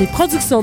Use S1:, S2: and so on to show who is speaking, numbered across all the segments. S1: Les productions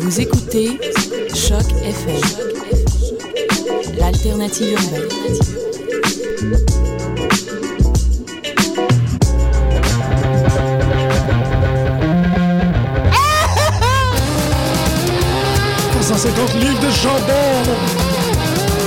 S2: Vous écoutez Choc FM, l'alternative urbaine.
S3: livres de chandelle.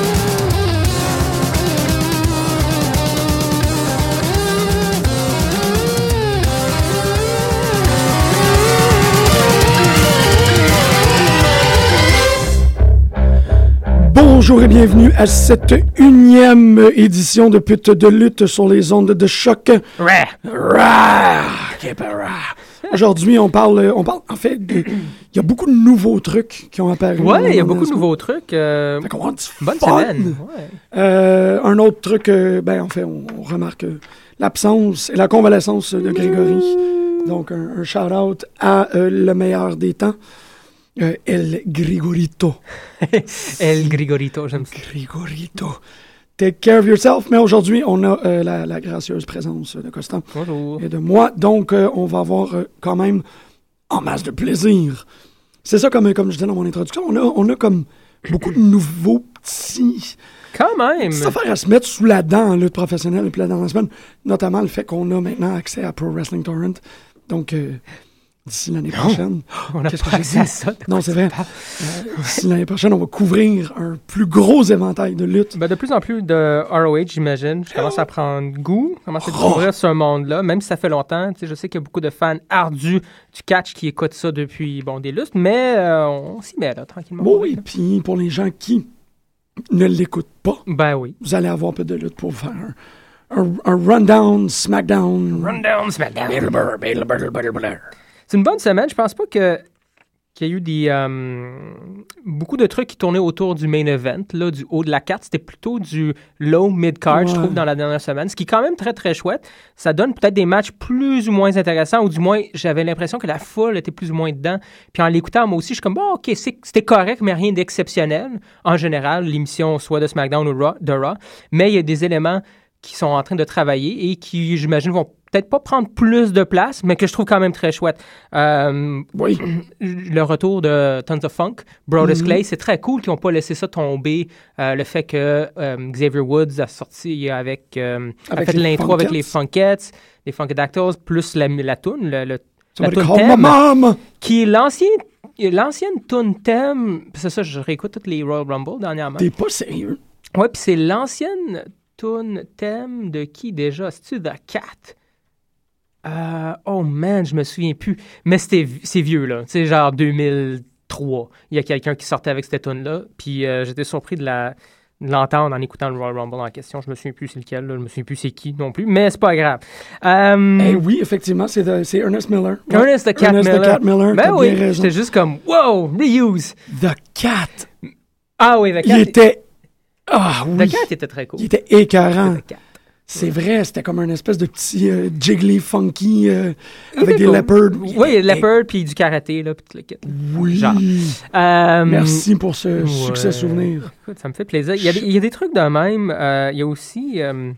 S3: Bonjour et bienvenue à cette unième édition de Pute de lutte sur les ondes de choc.
S4: Ouais.
S3: Rah! Keep it rah! Aujourd'hui, on parle, euh, on parle, en fait, de- il y a beaucoup de nouveaux trucs qui ont apparu.
S4: Ouais, il y a
S3: On
S4: beaucoup de
S3: se-
S4: nouveaux trucs. euh,
S3: Fait qu'on va avoir du
S4: bonne
S3: fun.
S4: semaine. Ouais.
S3: Euh, un autre truc, euh, ben, en fait, on, on remarque euh, l'absence et la convalescence de Grégory. Donc, un, shout-out à euh, le meilleur des temps, euh, El Grigorito.
S4: El Grigorito, j'aime ça.
S3: Grigorito. Take care of yourself. Mais aujourd'hui, on a euh, la, la gracieuse présence de Costa
S4: Bonjour.
S3: et de moi. Donc, euh, on va avoir euh, quand même en masse de plaisir. C'est ça, comme, comme je disais dans mon introduction, on a, on a comme beaucoup de nouveaux petits,
S4: Quand même.
S3: petites affaires à se mettre sous la dent en lutte professionnelle et puis la dans la semaine, notamment le fait qu'on a maintenant accès à Pro Wrestling Torrent. Donc, euh, d'ici l'année prochaine...
S4: On n'a
S3: Qu'est-ce que
S4: pas
S3: j'ai
S4: accès à
S3: dit?
S4: ça. de
S3: Non,
S4: quoi
S3: c'est
S4: tu
S3: vrai.
S4: parles?
S3: Euh, D'ici l'année prochaine, on va couvrir un plus gros éventail de luttes.
S4: Ben, de plus en plus de ROH, j'imagine. Je commence à prendre goût, je
S3: Oh!
S4: commence à découvrir ce monde-là, même si ça fait longtemps. Tu sais, je sais qu'il y a beaucoup de fans ardus du catch qui écoutent ça depuis bon, des lustres, mais euh, on s'y met là, tranquillement.
S3: Bon, et puis pour les gens qui ne l'écoutent pas,
S4: Ben oui.
S3: vous allez avoir peu de lutte pour faire un, un, un rundown, smackdown,
S4: Rundown, Smackdown. C'est une bonne semaine. Je pense pas que qu'il y a eu des euh, beaucoup de trucs qui tournaient autour du main event, là, du haut de la carte. C'était plutôt du low mid card, je
S3: Ouais.
S4: trouve, dans la dernière semaine, ce qui est quand même très très chouette. Ça donne peut-être des matchs plus ou moins intéressants, ou du moins j'avais l'impression que la foule était plus ou moins dedans. Puis en l'écoutant moi aussi, je suis comme bon, ok, c'est- c'était correct, mais rien d'exceptionnel. En général, l'émission soit de SmackDown ou Raw- de Raw, mais il y a des éléments qui sont en train de travailler et qui, j'imagine, vont peut-être pas prendre plus de place, mais que je trouve quand même très chouette. Euh,
S3: Oui.
S4: le retour de Tons of Funk, Brodus Clay, c'est très cool qu'ils n'ont pas laissé ça tomber. euh, le fait que euh, Xavier Woods a sorti avec, euh, a
S3: Avec
S4: fait
S3: les
S4: l'intro avec
S3: Funkettes.
S4: les Funkettes, les Funkadactyls, plus la, la toune, le, le- la
S3: Somebody
S4: toune
S3: call my
S4: thème,
S3: mom!
S4: qui est l'ancien- l'ancienne toune thème. C'est ça, je réécoute toutes les Royal Rumble dernièrement.
S3: T'es pas sérieux?
S4: Ouais, puis c'est l'ancienne tune thème de qui déjà? C'est-tu The Cat? Euh, oh man, je me souviens plus. Mais c'était vi- c'est vieux, là. Tu sais, genre 2003. Il y a quelqu'un qui sortait avec cette tune là Puis euh, j'étais surpris de la de l'entendre en écoutant le Royal Rumble en question. Je me souviens plus c'est lequel, là. je me souviens plus c'est qui non plus, mais c'est pas grave. Euh,
S3: Eh oui, effectivement, c'est de- c'est Ernest Miller. Ouais.
S4: Ernest the Cat
S3: Ernest
S4: Miller.
S3: the Cat Miller,
S4: ben
S3: t'as
S4: oui,
S3: bien raison.
S4: j'étais juste comme, wow, reuse.
S3: The Cat!
S4: Ah oui, The
S3: Il
S4: Cat,
S3: était... Ah oui!
S4: The Cat était très cool.
S3: Il était écœurant.
S4: The Cat.
S3: C'est vrai, c'était comme un espèce de petit euh, jiggly funky euh, avec des
S4: cool.
S3: leopards. Il
S4: Oui,
S3: était-
S4: Leopard, puis du karaté, là, puis tout le kit. là.
S3: Oui.
S4: Genre. Euh,
S3: Merci pour ce
S4: ouais.
S3: succès souvenir.
S4: Écoute, ça me fait plaisir. Il y a des, il y a des trucs de même. euh, il y a aussi. euh,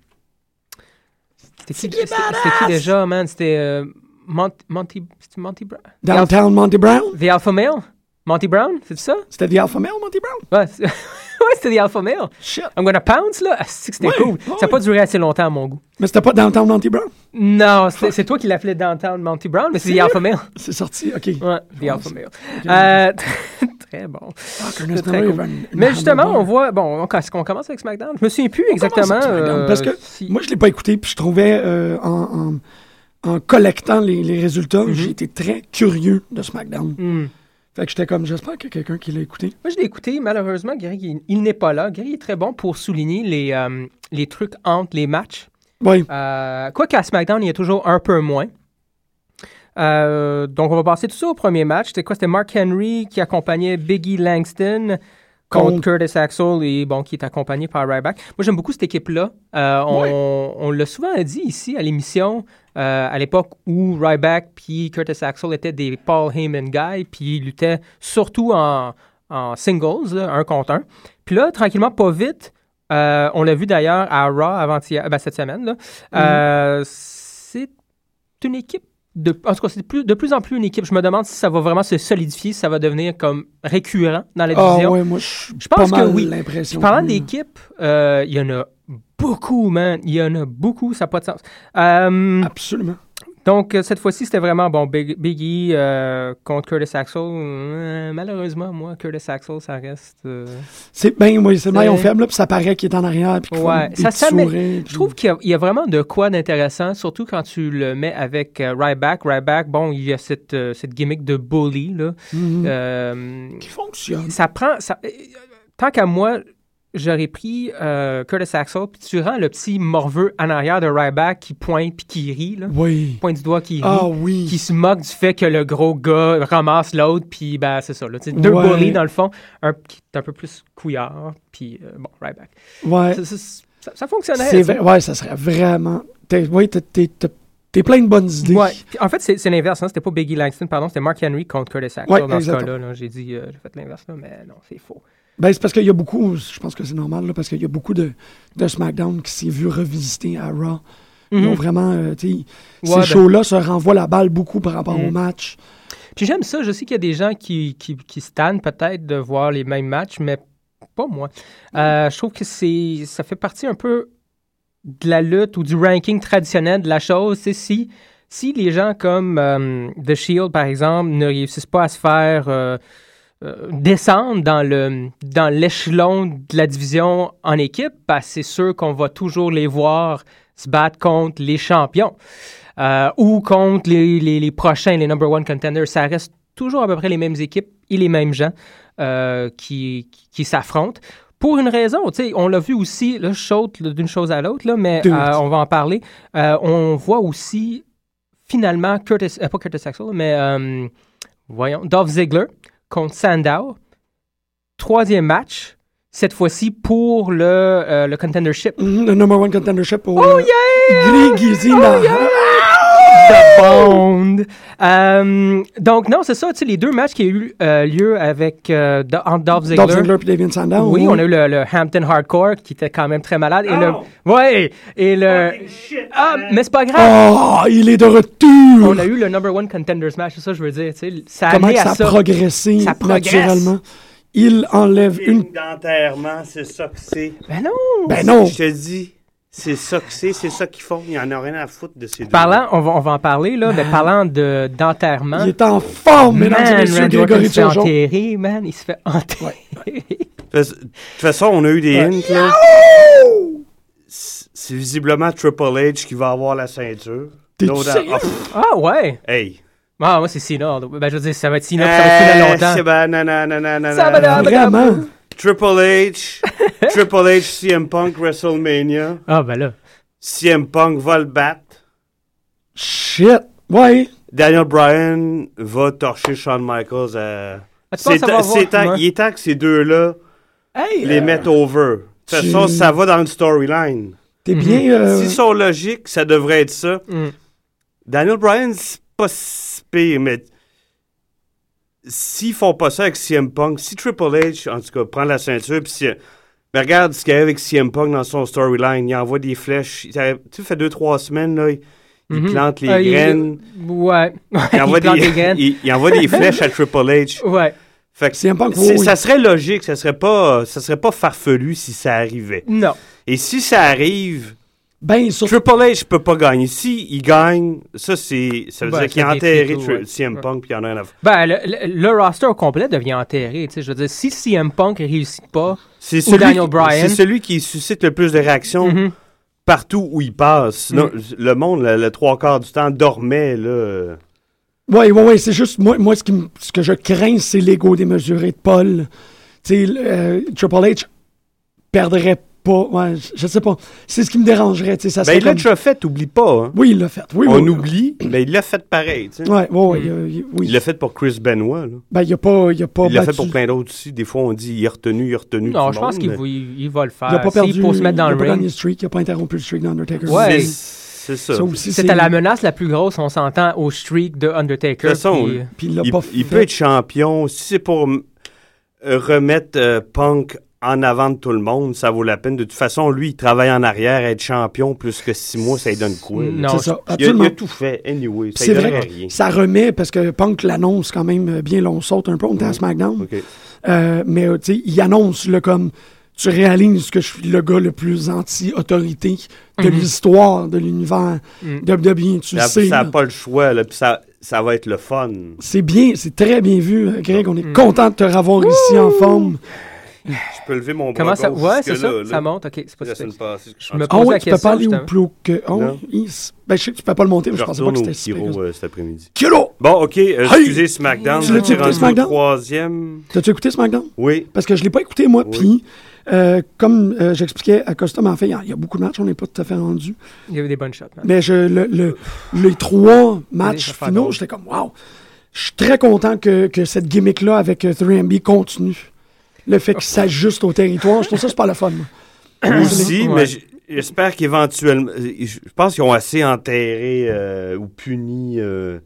S4: C'était qui, c'était- c'était qui déjà, man? C'était euh, Mont- Monty, c'était Monty Brown.
S3: Downtown Monty Brown.
S4: The Alpha Male? Monty Brown, c'est ça?
S3: C'était The Alpha Male, Monty Brown.
S4: Ouais, c'est- ouais, c'était The Alpha Male.
S3: Shit.
S4: I'm gonna pounce, là. Ah, c'est que c'était
S3: Ouais,
S4: cool.
S3: ouais.
S4: Ça n'a pas duré assez longtemps à mon goût.
S3: Mais c'était pas Downtown Monty Brown.
S4: Non, c'était- c'est toi qui l'appelais Downtown Monty Brown, mais c'est The
S3: Sérieux?
S4: Alpha Male.
S3: C'est sorti, OK.
S4: Ouais, The Alpha Male. Euh, très bon.
S3: Fuck, Ernest
S4: très
S3: Miller
S4: cool.
S3: avait une- une
S4: Mais justement,
S3: hammer.
S4: on voit. Bon, on- est-ce qu'on commence avec SmackDown Je me souviens plus
S3: On commence avec
S4: exactement.
S3: SmackDown,
S4: euh,
S3: parce que
S4: si-
S3: moi, je l'ai pas écouté, puis je trouvais, euh, en, en- en collectant les, les résultats,
S4: Mm-hmm.
S3: j'ai été très curieux de SmackDown.
S4: Hmm.
S3: Fait que j'étais comme, j'espère qu'il y a quelqu'un qui l'a écouté.
S4: Moi, je l'ai écouté. Malheureusement, Gary, il, il n'est pas là. Gary est très bon pour souligner les, euh, les trucs entre les matchs.
S3: Oui.
S4: Euh, quoi qu'à SmackDown, il y a toujours un peu moins. Euh, donc, on va passer tout ça au premier match. C'était quoi? C'était Mark Henry qui accompagnait Biggie Langston contre,
S3: Contre-
S4: Curtis Axel et bon, qui est accompagné par Ryback. Moi, j'aime beaucoup cette équipe-là. Euh, on on l'a souvent dit ici à l'émission, euh, à l'époque où Ryback puis Curtis Axel étaient des Paul Heyman guys, puis ils luttaient surtout en, en singles, là, un contre un. Puis là, tranquillement, pas vite, euh, on l'a vu d'ailleurs à Raw avant cette semaine. là.
S3: Mm-hmm.
S4: Euh, c'est une équipe. De, en tout cas, c'est de plus, de plus en plus une équipe. Je me demande si ça va vraiment se solidifier, si ça va devenir comme récurrent dans la
S3: Ah,
S4: division.
S3: ouais, moi, je suis
S4: Je
S3: pas
S4: pense que
S3: mal
S4: oui.
S3: l'impression.
S4: Parlant
S3: que-
S4: d'équipe, euh, il y en a beaucoup, man. Il y en a beaucoup, ça n'a pas de sens. Euh,
S3: Ah. Absolument.
S4: donc, euh, cette fois-ci, c'était vraiment bon. Big- Biggie euh, contre Curtis Axel. Euh, malheureusement, moi, Curtis Axel, ça reste. euh,
S3: C'est ben oui, c'est le
S4: C'est-
S3: maillon faible là, puis ça paraît qu'il est en arrière puis qu'il fait
S4: Ouais,
S3: des
S4: ça
S3: petits
S4: s'amé-
S3: sourires, puis-
S4: Je trouve qu'il y a- il y, a vraiment de quoi d'intéressant, surtout quand tu le mets avec euh, Ryback. Ryback, bon, il y a cette, euh, cette gimmick de bully. Là.
S3: Mhm.
S4: Euh,
S3: qui fonctionne.
S4: ça prend. ça- euh, tant qu'à moi, j'aurais pris euh, Curtis Axel, puis tu rends le petit morveux en arrière de Ryback qui pointe puis qui rit, là.
S3: Oui.
S4: Pointe du doigt qui rit.
S3: Ah oui.
S4: Qui se moque du fait que le gros gars ramasse l'autre, puis ben, c'est ça. Là, Tu sais, deux
S3: Ouais.
S4: bullies dans le fond, un qui est un peu plus couillard, puis euh, bon, Ryback.
S3: Ouais.
S4: Ça, ça- ça- ça fonctionnait.
S3: C'est vrai. Ouais, ça serait vraiment. T'es, ouais, t'es, t'es, t'es- t'es plein de bonnes idées.
S4: Ouais. Puis En fait, c'est c'est l'inverse. Hein. C'était pas Biggie Langston, pardon, c'était Mark Henry contre Curtis Axel
S3: Ouais,
S4: dans ce
S3: exactement.
S4: cas-là. là. J'ai dit, euh, j'ai fait l'inverse, là, mais non, c'est faux.
S3: Ben, c'est parce qu'il y a beaucoup, je pense que c'est normal, là, parce qu'il y a beaucoup de, de SmackDown qui s'est vu revisiter à Raw. Ils ont vraiment, euh, tu sais, ces
S4: Mhm. ben-
S3: shows-là se renvoient la balle beaucoup par rapport
S4: Mhm.
S3: au match.
S4: Puis j'aime ça. Je sais qu'il y a des gens qui, qui, qui se tannent peut-être de voir les mêmes matchs, mais pas moi. Euh, je trouve que c'est ça fait partie un peu de la lutte ou du ranking traditionnel de la chose. C'est si, si les gens comme euh, The Shield, par exemple, ne réussissent pas à se faire euh, euh, descendre dans le dans l'échelon de la division en équipe, ben, c'est sûr qu'on va toujours les voir se battre contre les champions euh, ou contre les, les- les prochains, les number one contenders. Ça reste toujours à peu près les mêmes équipes et les mêmes gens euh, qui, qui, qui s'affrontent. Pour une raison, tu sais, on l'a vu aussi, là, je saute là, d'une chose à l'autre, là, mais
S3: Dude.
S4: euh, on va en parler. Euh, on voit aussi, finalement, Curtis, euh, pas Curtis Axel, mais euh, voyons, Dolph Ziggler contre Sandow. Troisième match, cette fois-ci pour le, euh, le contendership.
S3: Mhm, Le number one contendership pour
S4: Oh
S3: euh,
S4: yeah!
S3: Griggy Zina.
S4: The Bond. Euh, donc, non, c'est ça, tu sais, les deux matchs qui ont eu euh, lieu avec euh, Do- entre Dolph Ziggler.
S3: Dolph Ziggler puis Davian Sandow.
S4: Oui, on a eu le, le Hampton Hardcore qui était quand même très malade. Et
S3: Oh!
S4: le. Ouais! Et le. ah, mais c'est pas grave!
S3: Oh, il est de retour!
S4: On a eu le number one contenders match, c'est ça, je veux dire. tu sais, Ça
S3: Oh!
S4: a
S3: Comment
S4: amené
S3: que ça
S4: à
S3: a
S4: ça.
S3: progressé
S4: Ça progresse.
S3: naturellement. Il enlève une...
S5: Une d'enterrement, c'est ça que c'est.
S4: Ben non!
S3: Ben non!
S5: Je te dis, c'est ça que c'est, c'est ça qu'ils font. Il n'y en a rien à foutre de ces deux.
S4: Parlant, on va, on va en parler, là, mais parlant de- d'enterrement.
S3: Il est en forme, mesdames et
S4: Man,
S3: messieurs,
S4: Randy Orton
S3: Grégory
S4: se fait
S3: Turgeon.
S4: enterrer, man, il se fait enterrer.
S5: De toute façon, on a eu des hints, là. C'est c'est visiblement Triple H qui va avoir la ceinture.
S3: T'es-tu
S5: L'autre,
S3: sérieux?
S5: ah, pff,
S4: Ah ouais!
S5: hey.
S4: Ah, moi, c'est Cena. Ben, je veux dire, ça va être Cena, puis ça
S3: Euh,
S4: va être Cena longtemps.
S5: Eh, c'est ben, nanana, nanana.
S4: Ça va là-
S3: Vraiment?
S5: Triple H, Triple H, CM Punk, WrestleMania.
S4: Ah, ben là.
S5: CM Punk va le battre.
S3: Shit! Ouais!
S5: Daniel Bryan va torcher Shawn Michaels à...
S4: Ah, tu penses
S5: C'est
S4: que ça va
S5: temps-
S4: avoir-
S5: c'est temps-
S4: Ouais.
S5: il est temps que ces deux-là
S4: Hey, euh,
S5: les mettent over. De toute
S3: tu-
S5: façon, ça va dans le storyline.
S3: T'es bien... euh,
S5: S'ils sont logiques, ça devrait être ça.
S4: Mm.
S5: Daniel Bryan, c'est pas si pire, mais s'ils font pas ça avec CM Punk, si Triple H, en tout cas, prend la ceinture, puis si- Mais regarde ce qu'il y a avec CM Punk dans son storyline. Il envoie des flèches. Il- Tu fais deux, trois semaines, là, il, il
S4: Mhm.
S5: plante les
S4: Euh, il-
S5: graines.
S4: Ouais.
S5: Il envoie,
S4: plante
S5: des,
S4: des graines.
S5: il- il envoie des flèches à Triple H.
S4: Ouais.
S5: Fait que
S3: C'est un punk,
S5: c'est-
S3: oui.
S5: Ça serait logique, ça serait pas, ça serait pas farfelu si ça arrivait.
S4: Non.
S5: Et si ça arrive,
S3: Ben, sur...
S5: Triple H peut pas gagner. Si il gagne, ça c'est, ça veut
S4: Ben,
S5: dire qu'il
S4: ça
S5: a enterré
S4: détruit tout,
S5: Tri-
S4: ouais.
S5: CM Punk puis il y en a un avant.
S4: Ben, le, le- le roster au complet devient enterré. Tu sais, je veux dire, si CM Punk réussit pas,
S5: C'est
S4: Ou
S5: celui,
S4: Daniel
S5: qui-
S4: Bryan.
S5: c'est celui qui suscite le plus de réactions
S4: Mhm.
S5: partout où il passe. Sinon,
S4: Mm-hmm.
S5: le monde, le, le trois quarts du temps, dormait là.
S3: Ouais, ouais, ouais, c'est juste, moi, moi ce, qui me- ce que je crains, c'est l'ego démesuré de Paul. Tu sais, le- euh, Triple H perdrait pas. Ouais, je- je sais pas. C'est ce qui me dérangerait. tu sais, Ça
S5: Ben,
S3: serait
S5: il l'a
S3: comme-
S5: déjà fait, oublie pas. hein.
S3: Oui, il l'a fait. Oui,
S5: On
S3: oui,
S5: oublie, mais il l'a fait pareil. tu sais.
S3: Ouais, ouais, ouais, il a- il- oui.
S5: Il l'a fait pour Chris Benoit. là.
S3: Ben, il a pas. Il a pas
S5: Il l'a fait
S3: battu-
S5: pour plein d'autres aussi. Des fois, on dit il a retenu, il a retenu.
S4: Non,
S5: du
S4: je pense
S5: monde,
S4: qu'il
S5: mais
S4: va- il, il va le faire.
S3: Il a
S5: Ah,
S3: pas
S4: C'est
S3: perdu.
S4: pour se mettre dans
S3: il a
S4: le
S3: pas gagné
S4: ring.
S3: le streak. Il a pas interrompu le streak d'Undertaker.
S4: Ouais.
S5: C'est c'est ça.
S3: Ça aussi,
S4: C'était la menace la plus grosse, on s'entend, au streak de Undertaker.
S5: De toute façon,
S4: puis, euh,
S3: Puis il l'a
S5: Il,
S3: pas
S5: il
S3: fait.
S5: peut être champion. Si c'est pour euh, remettre euh, Punk en avant de tout le monde, ça vaut la peine. De toute façon, lui, il travaille en arrière, être champion plus que six mois, ça lui donne quoi? là?
S4: Non,
S3: C'est ça,
S5: Il a, il
S3: absolument.
S5: a tout fait, anyway.
S3: Puis
S5: Ça
S3: C'est
S5: lui donnerait
S3: vrai que
S5: rien.
S3: ça remet, parce que Punk l'annonce quand même euh, bien, là, on saute un peu, on était à SmackDown.
S5: Mm-hmm. OK.
S3: Euh, mais euh, tu sais, il annonce là, comme tu réalises que je suis le gars le plus anti-autorité
S4: Mm-hmm.
S3: de l'histoire de l'univers
S4: Mm.
S3: de WWE. Tu le
S5: Ça-
S3: sais.
S5: ça n'a
S3: là.
S5: pas le choix, là, puis ça, ça va être le fun.
S3: C'est bien, c'est très bien vu, euh, Greg. On
S4: Mm.
S3: est content de te revoir ici en forme.
S5: Je peux lever mon bras
S4: Comment ça.
S5: gauche
S4: Ouais, c'est ça.
S5: jusque-là, là.
S4: Ça monte, ok. C'est pas
S5: La semaine
S4: ça.
S5: passée,
S4: Je
S5: en
S4: me
S5: tout
S3: Ah
S4: pose
S3: ouais,
S4: la
S3: tu peux
S4: question,
S3: pas aller
S4: justement.
S3: au plus haut que. Ah ouais,
S5: Non.
S3: il s- ben, je sais que tu peux pas le monter, mais
S5: cas,
S3: je
S5: je
S3: pensais pas
S5: retourne
S3: que
S5: au
S3: c'était si
S5: Kiro
S3: pire.
S5: euh, cet après-midi.
S3: Kilo!
S5: Bon, OK, euh, excusez SmackDown.
S3: Tu l'as-tu
S5: on est
S3: écouté,
S5: rendu
S3: SmackDown?
S5: au troisième.
S3: T'as-tu écouté SmackDown?
S5: Oui.
S3: Parce que je l'ai pas écouté, moi. Puis, euh, comme euh, j'expliquais à Costa, mais en fait, il y a- il y, a beaucoup de matchs, on n'est pas tout à fait rendu.
S4: Il y avait des bonnes shots. man.
S3: Mais je, le, le- les trois matchs
S4: ça fait
S3: finaux,
S4: drôle.
S3: j'étais comme, wow! Je suis très content que, que cette gimmick-là avec euh, 3MB continue. Le fait qu'il s'ajuste au territoire, je trouve ça, c'est pas le fun. moi.
S5: Aussi,
S4: Ouais.
S5: mais j- j'espère qu'éventuellement. euh, Je pense qu'ils ont assez enterré euh, ou puni euh,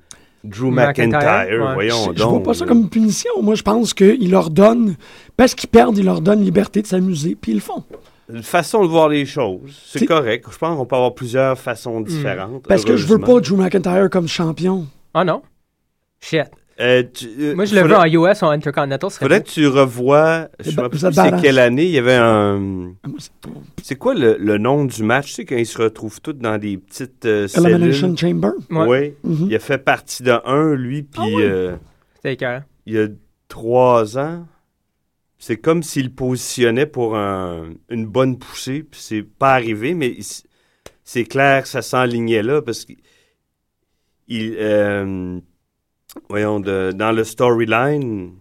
S5: Drew
S4: McIntyre,
S5: McIntyre.
S4: ouais.
S5: Voyons
S3: Je-
S5: donc.
S3: Je vois pas ça
S5: là.
S3: comme une punition. Moi, je pense qu'il leur donne, parce qu'ils perdent, ils leur donnent liberté de s'amuser, puis ils le font.
S5: Une façon de voir les choses.
S3: C'est-
S5: C'est correct. Je pense qu'on peut avoir plusieurs
S4: Hmm.
S5: façons différentes.
S3: Parce que je veux
S5: heureusement.
S3: pas Drew McIntyre comme champion.
S4: Ah non? Shit.
S5: Euh, tu- euh,
S4: Moi, je le veux
S5: faudrait-
S4: en US, en Intercontinental. ce serait
S5: Faudrait que tu revois. Je
S3: Eh
S5: sais
S3: ben,
S5: pas
S3: vous êtes
S5: c'est
S3: badass.
S5: quelle année. Il y avait un.
S3: Ah, moi, c'est pas-
S5: C'est quoi le, le nom du match? Tu sais, quand ils se retrouvent tous dans des petites euh,
S3: Elimination
S5: cellules.
S3: Chamber.
S4: Ouais.
S5: Oui.
S3: Mhm.
S5: Il a fait partie de un, lui, puis
S4: Ah
S5: euh,
S4: beau. C'était écœurant.
S5: il y a trois ans. C'est comme s'il le positionnait pour un- une bonne poussée, puis c'est pas arrivé, mais il s- c'est clair que ça s'enlignait là, parce qu'il... il, euh, voyons, de- dans le storyline,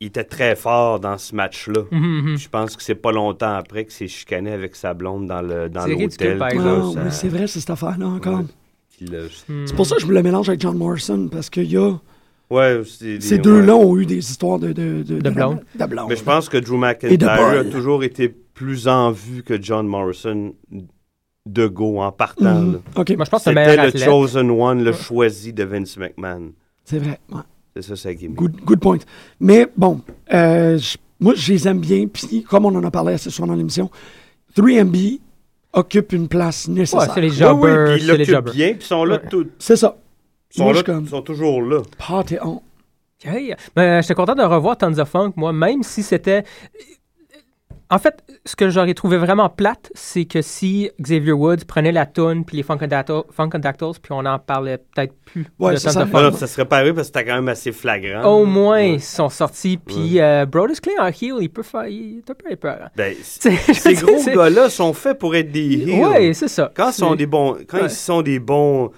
S5: il était très fort dans ce match-là.
S4: Mhm, mhm.
S5: Je pense que c'est pas longtemps après que c'est chicané avec sa blonde dans le dans
S4: C'est ridicule,
S5: l'hôtel.
S4: par
S5: puis
S3: Ah,
S5: là,
S4: exemple.
S5: ça-
S3: oui, c'est vrai, c'est cette affaire-là encore.
S5: Ouais. qu'il l'a-
S3: C'est pour ça que je me le mélange avec John Morrison, parce que y a...
S5: Ouais, c'est-
S3: ces
S5: ouais.
S3: deux-là ont eu des histoires de, de, de, de-
S4: blonde.
S3: de blonde.
S5: Mais je pense que Drew
S3: Et de
S5: McIntyre a
S3: Paul.
S5: toujours été plus en vue que John Morrison de go en partant.
S3: Mhm.
S5: là.
S3: OK,
S4: Moi, je pense que c'est le
S5: C'était
S4: meilleur
S5: le
S4: athlète.
S5: chosen one, le choisi de Vince McMahon.
S3: c'est vrai. ouais.
S5: C'est ça sa gimmick.
S3: Good, good point. Mais bon, euh, je- moi, je les aime bien. Puis, comme on en a parlé assez souvent dans l'émission, 3MB occupe une place
S4: Ouais,
S3: nécessaire.
S4: c'est les
S5: Oui, oui,
S4: jobbers.
S5: puis ils
S4: c'est les
S5: l'occupent
S4: jobbers.
S5: bien, puis ils sont là,
S4: Ouais.
S5: tout-
S3: C'est ça.
S5: ils sont,
S3: Moi, je
S5: là
S3: suis comme-
S5: ils sont toujours là.
S3: Panthéon.
S4: Hey, mais j'étais content de revoir Tons of Funk, moi, même si c'était. En fait, ce que j'aurais trouvé vraiment plate, c'est que si Xavier Woods prenait la toune puis les Funkadactyl- Funkadactyls, puis on en parlait peut-être plus
S3: Ouais,
S4: de
S3: ça,
S4: Tons
S3: ça-
S4: of
S5: Non,
S4: Funk.
S5: non, ça serait paru parce que c'était quand même assez flagrant.
S4: Au moins, ils sont sortis, puis euh, Brodus Clay en heel, il peut faire. Il est un peu épeurant.
S5: Ben, c-
S4: Tu sais,
S5: ces
S4: c'est-
S5: gros
S4: c'est-
S5: gars-là sont faits pour être des heels.
S4: Ouais, c'est ça.
S5: Quand, ils sont
S4: C'est-
S5: des bons, quand
S4: Ouais.
S5: ils sont des bons,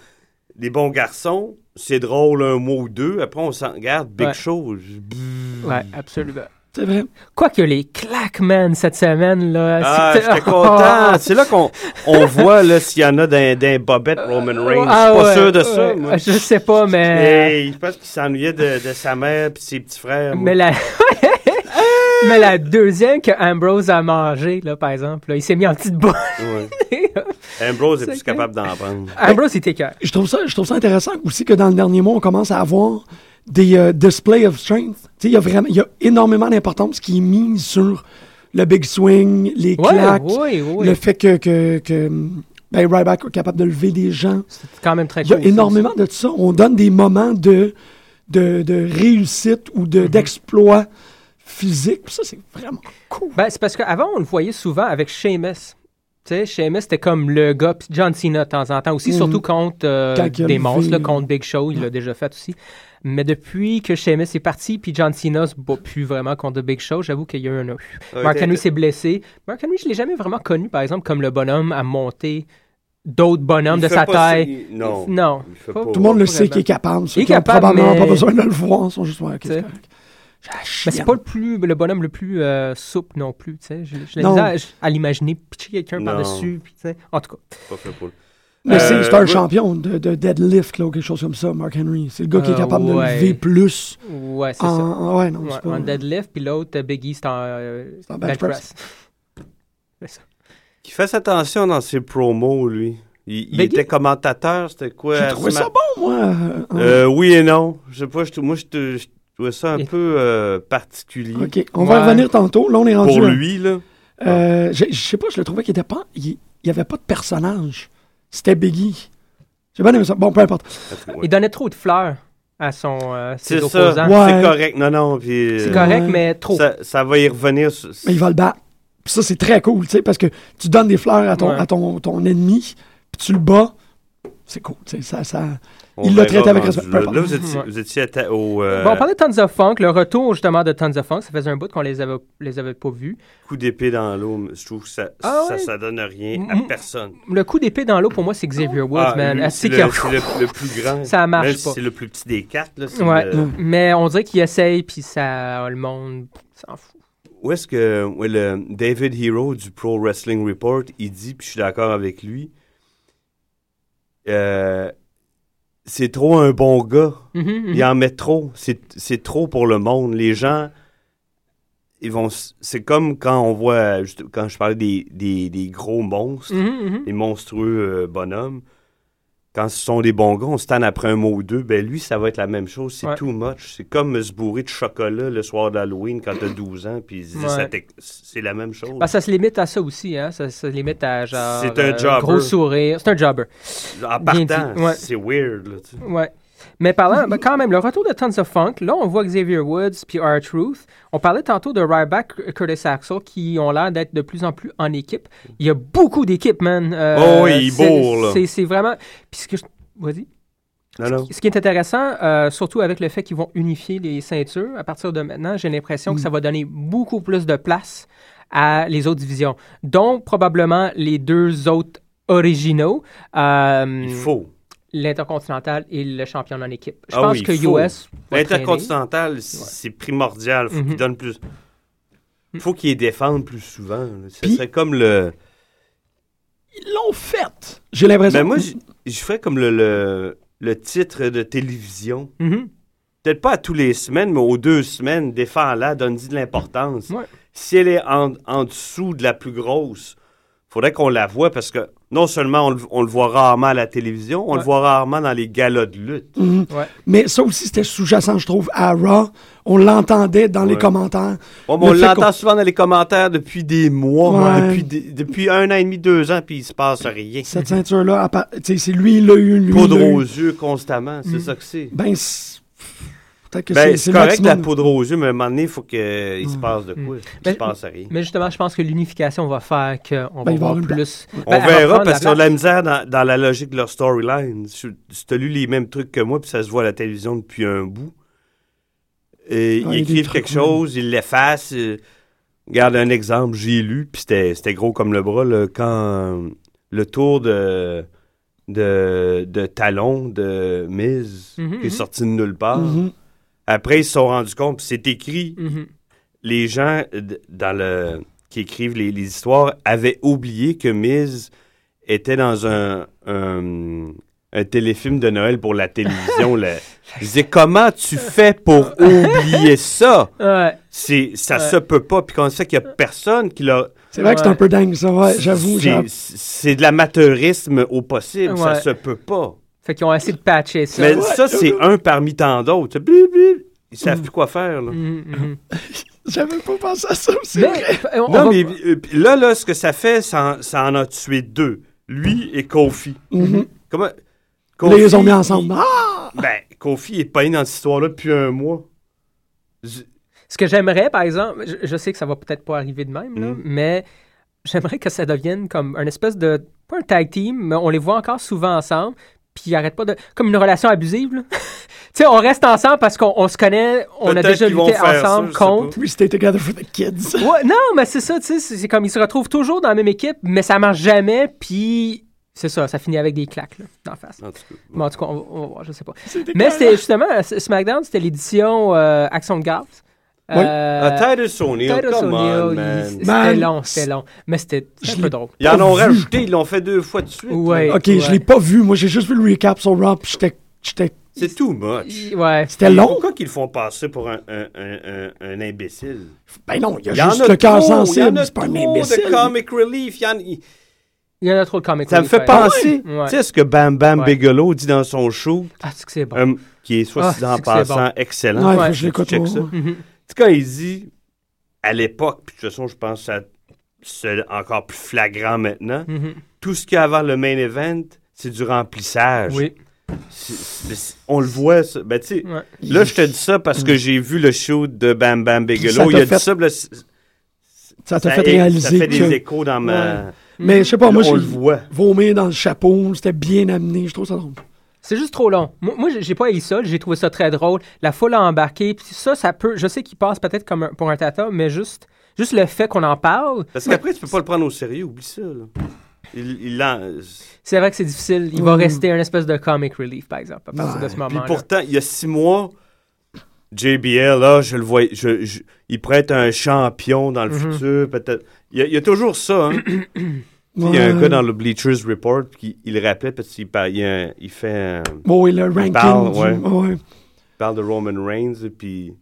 S5: des bons garçons, c'est drôle un mot ou deux. Après, on s'en regarde, big
S4: Ouais.
S5: show.
S4: Ouais, absolument.
S3: C'est vrai.
S4: Quoique les clackman cette semaine, là.
S5: Ah,
S4: c'était-
S5: j'étais content. c'est là qu'on on voit là, s'il y en a d'un, d'un Bobette Roman Reigns.
S4: Ah,
S5: je suis pas
S4: ouais,
S5: sûr de
S4: ouais. Ah,
S5: ça. moi.
S4: Je sais pas, mais. euh,
S5: Hey, je pense qu'il s'ennuyait de, de sa mère et ses petits frères. moi.
S4: Mais la... mais la deuxième que Ambrose a mangée, là, par exemple, là, il s'est mis en petite boule.
S5: Ouais. Ambrose est
S4: C'est
S5: plus
S4: que-
S5: capable d'en prendre.
S4: Ambrose, il était cœur.
S3: Je trouve ça, je trouve ça intéressant aussi que dans le dernier mois, on commence à avoir des euh, displays of strength. Tu sais, Il y a vraiment, il y a énormément d'importance qui est mise sur le big swing, les
S4: Ouais,
S3: claques,
S4: ouais, ouais.
S3: le fait que, que, que ben, Ryback est capable de lever des gens.
S4: C'est quand même très
S3: Il y a
S4: cool, ça,
S3: énormément de ça. On donne des moments de, de, de réussite ou
S4: Mm-hmm.
S3: de- d'exploit physique. Puis Ça, c'est vraiment cool.
S4: aussi. Ben, c'est parce qu'avant, on le voyait souvent avec Sheamus. Tu sais, Sheamus, c'était comme le gars, puis John Cena de temps en temps aussi,
S3: Mhm.
S4: surtout contre euh,
S3: Quand il a
S4: des
S3: levé,
S4: monstres, là,
S3: là.
S4: contre Big Show, il l'a déjà fait aussi. Mais depuis que Sheamus est parti, puis John Cena se bat plus vraiment contre The Big Show, j'avoue qu'il y a eu un... Mark
S5: t'es-
S4: Henry s'est blessé. Mark Henry, je l'ai jamais vraiment connu, par exemple, comme le bonhomme à monter d'autres bonhommes
S5: Il
S4: de
S5: fait
S4: sa
S5: pas
S4: taille.
S5: ça, il- Non.
S4: Non.
S5: Il fait
S4: Pas-
S5: pas-
S3: Tout le monde le
S4: Vraiment.
S3: sait qu'il est capable. Ceux
S4: Il est
S3: qui ont
S4: capable,
S3: probablement
S4: mais-
S3: pas besoin de le voir sont juste ouais, ok,
S4: Tu
S3: c'est
S4: sais.
S3: correct.
S4: Mais c'est pas le, plus, le bonhomme le plus euh, souple non plus. tu sais. Je, je
S3: Non.
S4: l'envisage à l'imaginer pitcher quelqu'un
S5: Non.
S4: par-dessus. puis tu sais. En tout cas,
S5: Pas fait pour le-
S3: Mais c'est
S5: Euh,
S3: c'est un
S5: ouais.
S3: champion de, de deadlift là, ou quelque chose comme ça, Mark Henry. C'est le gars qui est
S4: Ah,
S3: capable
S4: ouais.
S3: de lever plus.
S4: ouais, c'est
S3: En,
S4: ça.
S3: en- ouais, non,
S4: Ouais,
S3: Ah, c'est pas.
S4: Un deadlift, puis l'autre, Biggie, c'est un euh,
S3: C'est en
S4: bench
S3: bench
S4: press.
S5: Qu'il fasse attention dans ses promos, lui. Il, il
S4: Biggie?
S5: était commentateur, c'était quoi?
S3: J'ai
S5: à
S3: trouvé
S5: ce
S3: ça
S5: ma-
S3: bon, moi. euh, en-
S5: Euh, oui et non. Je sais pas, je, trou- moi, je, te- je trouvais ça un
S4: Et-
S5: peu euh, particulier
S3: OK, on va
S4: Ouais.
S3: revenir tantôt. Là, on est rendu.
S5: pour
S3: à-
S5: lui, là.
S3: Euh, je, je sais pas, je le trouvais qu'il était pas. Il n'y avait pas de personnage. C'était Biggie. J'ai bien aimé ça. Bon, peu importe.
S5: Ouais.
S4: Il donnait trop de fleurs à son, euh, ses
S5: C'est ça,
S4: opposants.
S3: Ouais.
S5: c'est correct. Non, non, puis...
S4: C'est
S5: euh,
S4: correct,
S3: Ouais.
S4: mais trop.
S5: Ça, ça va y revenir. sur-
S3: Mais il va le battre. Puis ça, c'est très cool, tu sais, parce que tu donnes des fleurs à ton,
S4: Ouais.
S3: à ton, ton ennemi, puis tu le bats. C'est cool, tu sais. Ça, ça...
S5: on
S3: il l'a
S5: verra
S3: traité avec
S5: rendu
S3: respect.
S5: Là,
S3: Peu importe.
S5: Là, vous étiez,
S4: Ouais.
S5: vous étiez atta- au euh,
S4: Bon, on parlait de Tons of Funk, le retour justement de Tons of Funk. Ça faisait un bout qu'on les avait, les avait pas vus.
S5: coup d'épée dans l'eau. mais Je trouve que ça,
S4: Ah
S5: ça,
S4: ouais?
S5: ça donne rien
S4: Mm.
S5: à personne.
S4: Le coup d'épée dans l'eau, pour moi, c'est Xavier Woods,
S5: Ah,
S4: man.
S5: lui,
S4: Ah,
S5: c'est
S4: c'est
S5: le,
S4: que-
S5: c'est le- le plus grand.
S4: Ça marche
S5: Même si
S4: pas.
S5: c'est le plus petit des quatre. Là, c'est
S4: Ouais, Mm.
S5: le-
S4: mais on dirait qu'il essaye, puis ça, le monde s'en fout.
S5: Où est-ce que ouais, le David Hero du Pro Wrestling Report, il dit, puis je suis d'accord avec lui, euh, c'est trop un bon gars.
S4: Mhm,
S5: Il en met trop. C'est c'est trop pour le monde. Les gens, ils vont. s- C'est comme quand on voit, juste- quand je parlais des, des, des gros monstres,
S4: mhm, mhm.
S5: des monstrueux euh, bonhommes. Quand ce sont des bons gars, on se tanne après un mot ou deux. Ben lui, ça va être la même chose. C'est
S4: Ouais.
S5: too much. C'est comme euh, se bourrer de chocolat le soir d'Halloween quand t'as 12 ans. Puis ils disent,
S4: Ouais.
S5: ça t'ex- c'est la même chose.
S4: Ben, ça se limite à ça aussi, hein. Ça se limite à genre. euh,
S5: C'est un jobber.
S4: Gros sourire. C'est un jobber.
S5: en
S4: bien
S5: partant,
S4: dit, ouais.
S5: c'est weird. là, tu sais.
S4: Ouais. Mais parlant, ben, quand même, le retour de Tons of Funk, là, on voit Xavier Woods puis R-Truth. On parlait tantôt de Ryback, Curtis Axel, qui ont l'air d'être de plus en plus en équipe. Il y a beaucoup d'équipes, man. Euh,
S5: Oh oui, ils
S4: c'est-
S5: bourrent, là.
S4: c'est- C'est vraiment. Puis ce que je- Vas-y.
S5: Non, non.
S4: Ce qui est intéressant, euh, surtout avec le fait qu'ils vont unifier les ceintures, à partir de maintenant, j'ai l'impression que ça va donner beaucoup plus de place à les autres divisions, dont probablement les deux autres originaux, euh,
S5: Il faut.
S4: l'intercontinental et le championnat en équipe. Je
S5: Ah
S4: pense
S5: oui, il
S4: que
S5: faut.
S4: US va traîner.
S5: L'intercontinental, c- c'est primordial. Faut
S4: Mhm. Mm.
S5: qu'il donne plus. Faut qu'il les défende plus souvent. là. Ce
S3: Puis-
S5: serait comme le.
S3: Ils l'ont fait. J'ai l'impression.
S5: Ben moi, je- je ferais comme le, le, le titre de télévision.
S4: Mhm.
S5: Peut-être pas à tous les semaines, mais aux deux semaines, défends-la, donne-y de l'importance.
S4: Ouais.
S5: Si elle est en, en dessous de la plus grosse, faudrait qu'on la voie parce que non seulement on, le- on le voit rarement à la télévision, on le
S4: Ouais.
S5: voit rarement dans les galas de lutte.
S3: Mhm.
S4: Ouais.
S3: Mais ça aussi, c'était sous-jacent, je trouve, à Raw. On l'entendait dans les
S5: Ouais.
S3: commentaires.
S5: Ouais, mais
S3: Le
S5: on
S3: fait
S5: l'entend
S3: qu'on-
S5: souvent dans les commentaires depuis des mois, hein,
S3: Ouais.
S5: depuis, des- depuis un an et demi, deux ans, puis il se passe rien.
S3: Cette ceinture-là, appa- tu sais, c'est lui, il l'a eu, lui.
S5: Poudre
S3: il l'a eu.
S5: aux yeux constamment, c'est ça que c'est.
S3: Ben, c'est- peut-être que
S5: Ben,
S3: c'est-
S5: c'est
S3: c'est
S5: correct la
S3: maximum. Mm.
S5: poudre aux yeux, mais à un moment donné, faut que, euh, il se passe de quoi. Il
S4: Ben,
S5: se passe rien.
S4: Mais justement, je pense que l'unification va faire qu'on
S3: Ben,
S4: va
S3: il va
S4: voir
S3: avoir une
S4: plus.
S5: On
S4: Ben, elle va
S5: verra
S4: prendre
S5: parce
S4: la
S5: qu'ils ont de
S4: place.
S5: la misère dans, dans la logique de leur storyline. Si si t'as lu les mêmes trucs que moi, puis ça se voit à la télévision depuis un bout. Et
S3: Ouais, il y a des
S5: ils écrivent
S3: trucs,
S5: quelque
S3: ouais.
S5: chose, ils l'effacent. euh, Regarde un exemple, j'ai lu, puis c'était c'était gros comme le bras, là, quand euh, le tour de, de, de talon de Miz
S4: Mhm,
S5: qui
S4: mhm.
S5: est sorti de nulle part.
S3: Mhm.
S5: Après, ils se sont rendus compte, puis c'est écrit,
S4: Mhm.
S5: les gens euh, d- dans le qui écrivent les, les histoires avaient oublié que Miz était dans un, un, un téléfilm de Noël pour la télévision. là. Je disais, comment tu fais pour oublier ça?
S4: Ouais.
S5: C'est, ça
S4: Ouais.
S5: se peut pas. Puis quand on sait qu'il y a personne qui l'a...
S3: C'est vrai que c'est
S4: Ouais.
S3: un peu dingue, ça, ouais, j'avoue.
S5: c'est,
S3: j'avoue.
S5: c'est de l'amateurisme au possible. Ça
S4: Ouais.
S5: se peut pas.
S4: Fait qu'ils ont essayé de patcher ça.
S5: Mais ça, c'est un parmi tant d'autres. Blip, blip. Ils
S4: Mm.
S5: savent plus quoi faire. là.
S4: Mhm, mhm.
S3: J'avais pas pensé à ça aussi.
S4: Mais, euh, on
S5: Non,
S4: va-
S5: mais euh, puis là, là, ce que ça fait, ça en, ça en a tué deux. Lui et Kofi.
S3: Mhm.
S5: Comment?
S3: Là, ils les ont mis
S5: il-
S3: ensemble. Ah!
S5: Ben, Kofi est pogné dans cette histoire-là depuis un mois. Z-
S4: Ce que j'aimerais, par exemple, je, je sais que ça va peut-être pas arriver de même, là,
S5: Mm.
S4: mais j'aimerais que ça devienne comme un espèce de. Pas un tag team, mais on les voit encore souvent ensemble, puis ils arrêtent pas de. Comme une relation abusive, là. tu sais, on reste ensemble parce qu'on on se connaît, on a
S5: Peut-être
S4: déjà
S5: qu'ils vont
S4: lutté
S5: faire ça,
S4: ensemble
S5: je sais
S4: contre.
S3: We stay together for the kids.
S4: Ouais, non, mais c'est ça, tu sais, c'est c'est comme ils se retrouvent toujours dans la même équipe, mais ça marche jamais, puis c'est ça, ça finit avec des claques, là, d'en face.
S5: En tout cas,
S4: Mais en tout cas, on, va- on va voir, je sais pas. Mais c'était justement, euh, ce- SmackDown, c'était l'édition euh, Action de Garde.
S3: Oui.
S5: Ah,
S4: Euh,
S5: Titus O'Neill,
S4: Titus
S5: come on,
S4: O'Neill, il-
S5: man.
S4: c'était
S3: Man.
S4: long, c'était long. Mais c'était c'était un peu drôle.
S5: Ils en ont rajouté, ils l'ont fait deux fois de suite.
S4: Ouais.
S5: là.
S3: Ok, je l'ai pas vu. Moi, j'ai juste vu le recap sur Raw, puis j'étais- j'étais.
S5: C'est too much.
S4: Ouais.
S3: C'était long.
S5: Pourquoi qu'ils le font passer pour un, un, un, un- un imbécile?
S3: Ben non, il y a
S5: Il y en
S3: juste
S5: a
S3: le cœur
S5: trop, il y en
S3: sensible.
S5: a
S3: C'est pas un
S5: trop
S3: imbécile.
S5: de comic relief. il y en- il-
S4: Il y en a trop de comic
S5: Ça me
S4: relief,
S5: fait
S4: ouais.
S5: penser,
S4: Ouais.
S5: tu sais, ce que Bam Bam
S4: Ouais.
S5: Bigelow dit dans son show,
S4: Ah, c'est que c'est bon.
S5: euh, qui est soit
S4: Ah,
S5: dit en
S4: c'est que c'est
S5: passant
S4: bon.
S5: excellent.
S3: Ouais, faut
S4: Ouais,
S3: que je l'écoute.
S5: check
S3: moi.
S5: ça.
S4: Mhm.
S5: Tu sais, quand il dit, à l'époque, puis de toute façon, je pense que ça- c'est encore plus flagrant maintenant,
S4: Mhm.
S5: tout ce qu'il y a avant le main event, c'est du remplissage.
S4: Oui.
S5: C'est- c'est- c'est- on le voit, ça. Ben, tu sais,
S4: Ouais.
S5: là, je te dis ça parce que j'ai vu le show de Bam Bam
S3: Mm. Ça t'a
S5: Bigelow. Il a
S3: fait-
S5: dit ça, puis là, c-
S3: Ça t'a
S5: ça
S3: fait
S5: é-
S3: réaliser
S5: Ça fait des
S3: que-
S5: échos dans ma...
S3: Mais je sais pas, moi,
S5: on
S3: j'ai
S5: le voit.
S3: vomir dans le chapeau. C'était bien amené. Je trouve ça drôle.
S4: C'est juste trop long. Moi, moi, j'ai- j'ai pas eu ça. J'ai trouvé ça très drôle. La foule a embarqué. Puis ça, ça peut. Je sais qu'il passe peut-être comme un- pour un tata, mais juste, juste le fait qu'on en parle,
S5: Parce qu'après, tu peux pas le prendre au sérieux, oublie ça. là. Il, il en-
S4: c'est vrai que c'est difficile. Il va rester un espèce de comic relief, par exemple, à partir de ce
S5: Puis
S4: moment-là.
S5: pourtant, il y a six mois, JBL, là, je le vois, je, je- il pourrait être un champion dans le futur, peut-être. Il y, a, il y a toujours ça. hein. Tu sais, Il y a un
S3: Ouais.
S5: gars dans le Bleachers Report qui il le rappelait parce qu'il par- il y a un- il fait, un-
S3: Bon, et le ranking.
S5: parle,
S3: du-
S5: ouais.
S3: ouais.
S5: il parle de Roman Reigns, et puis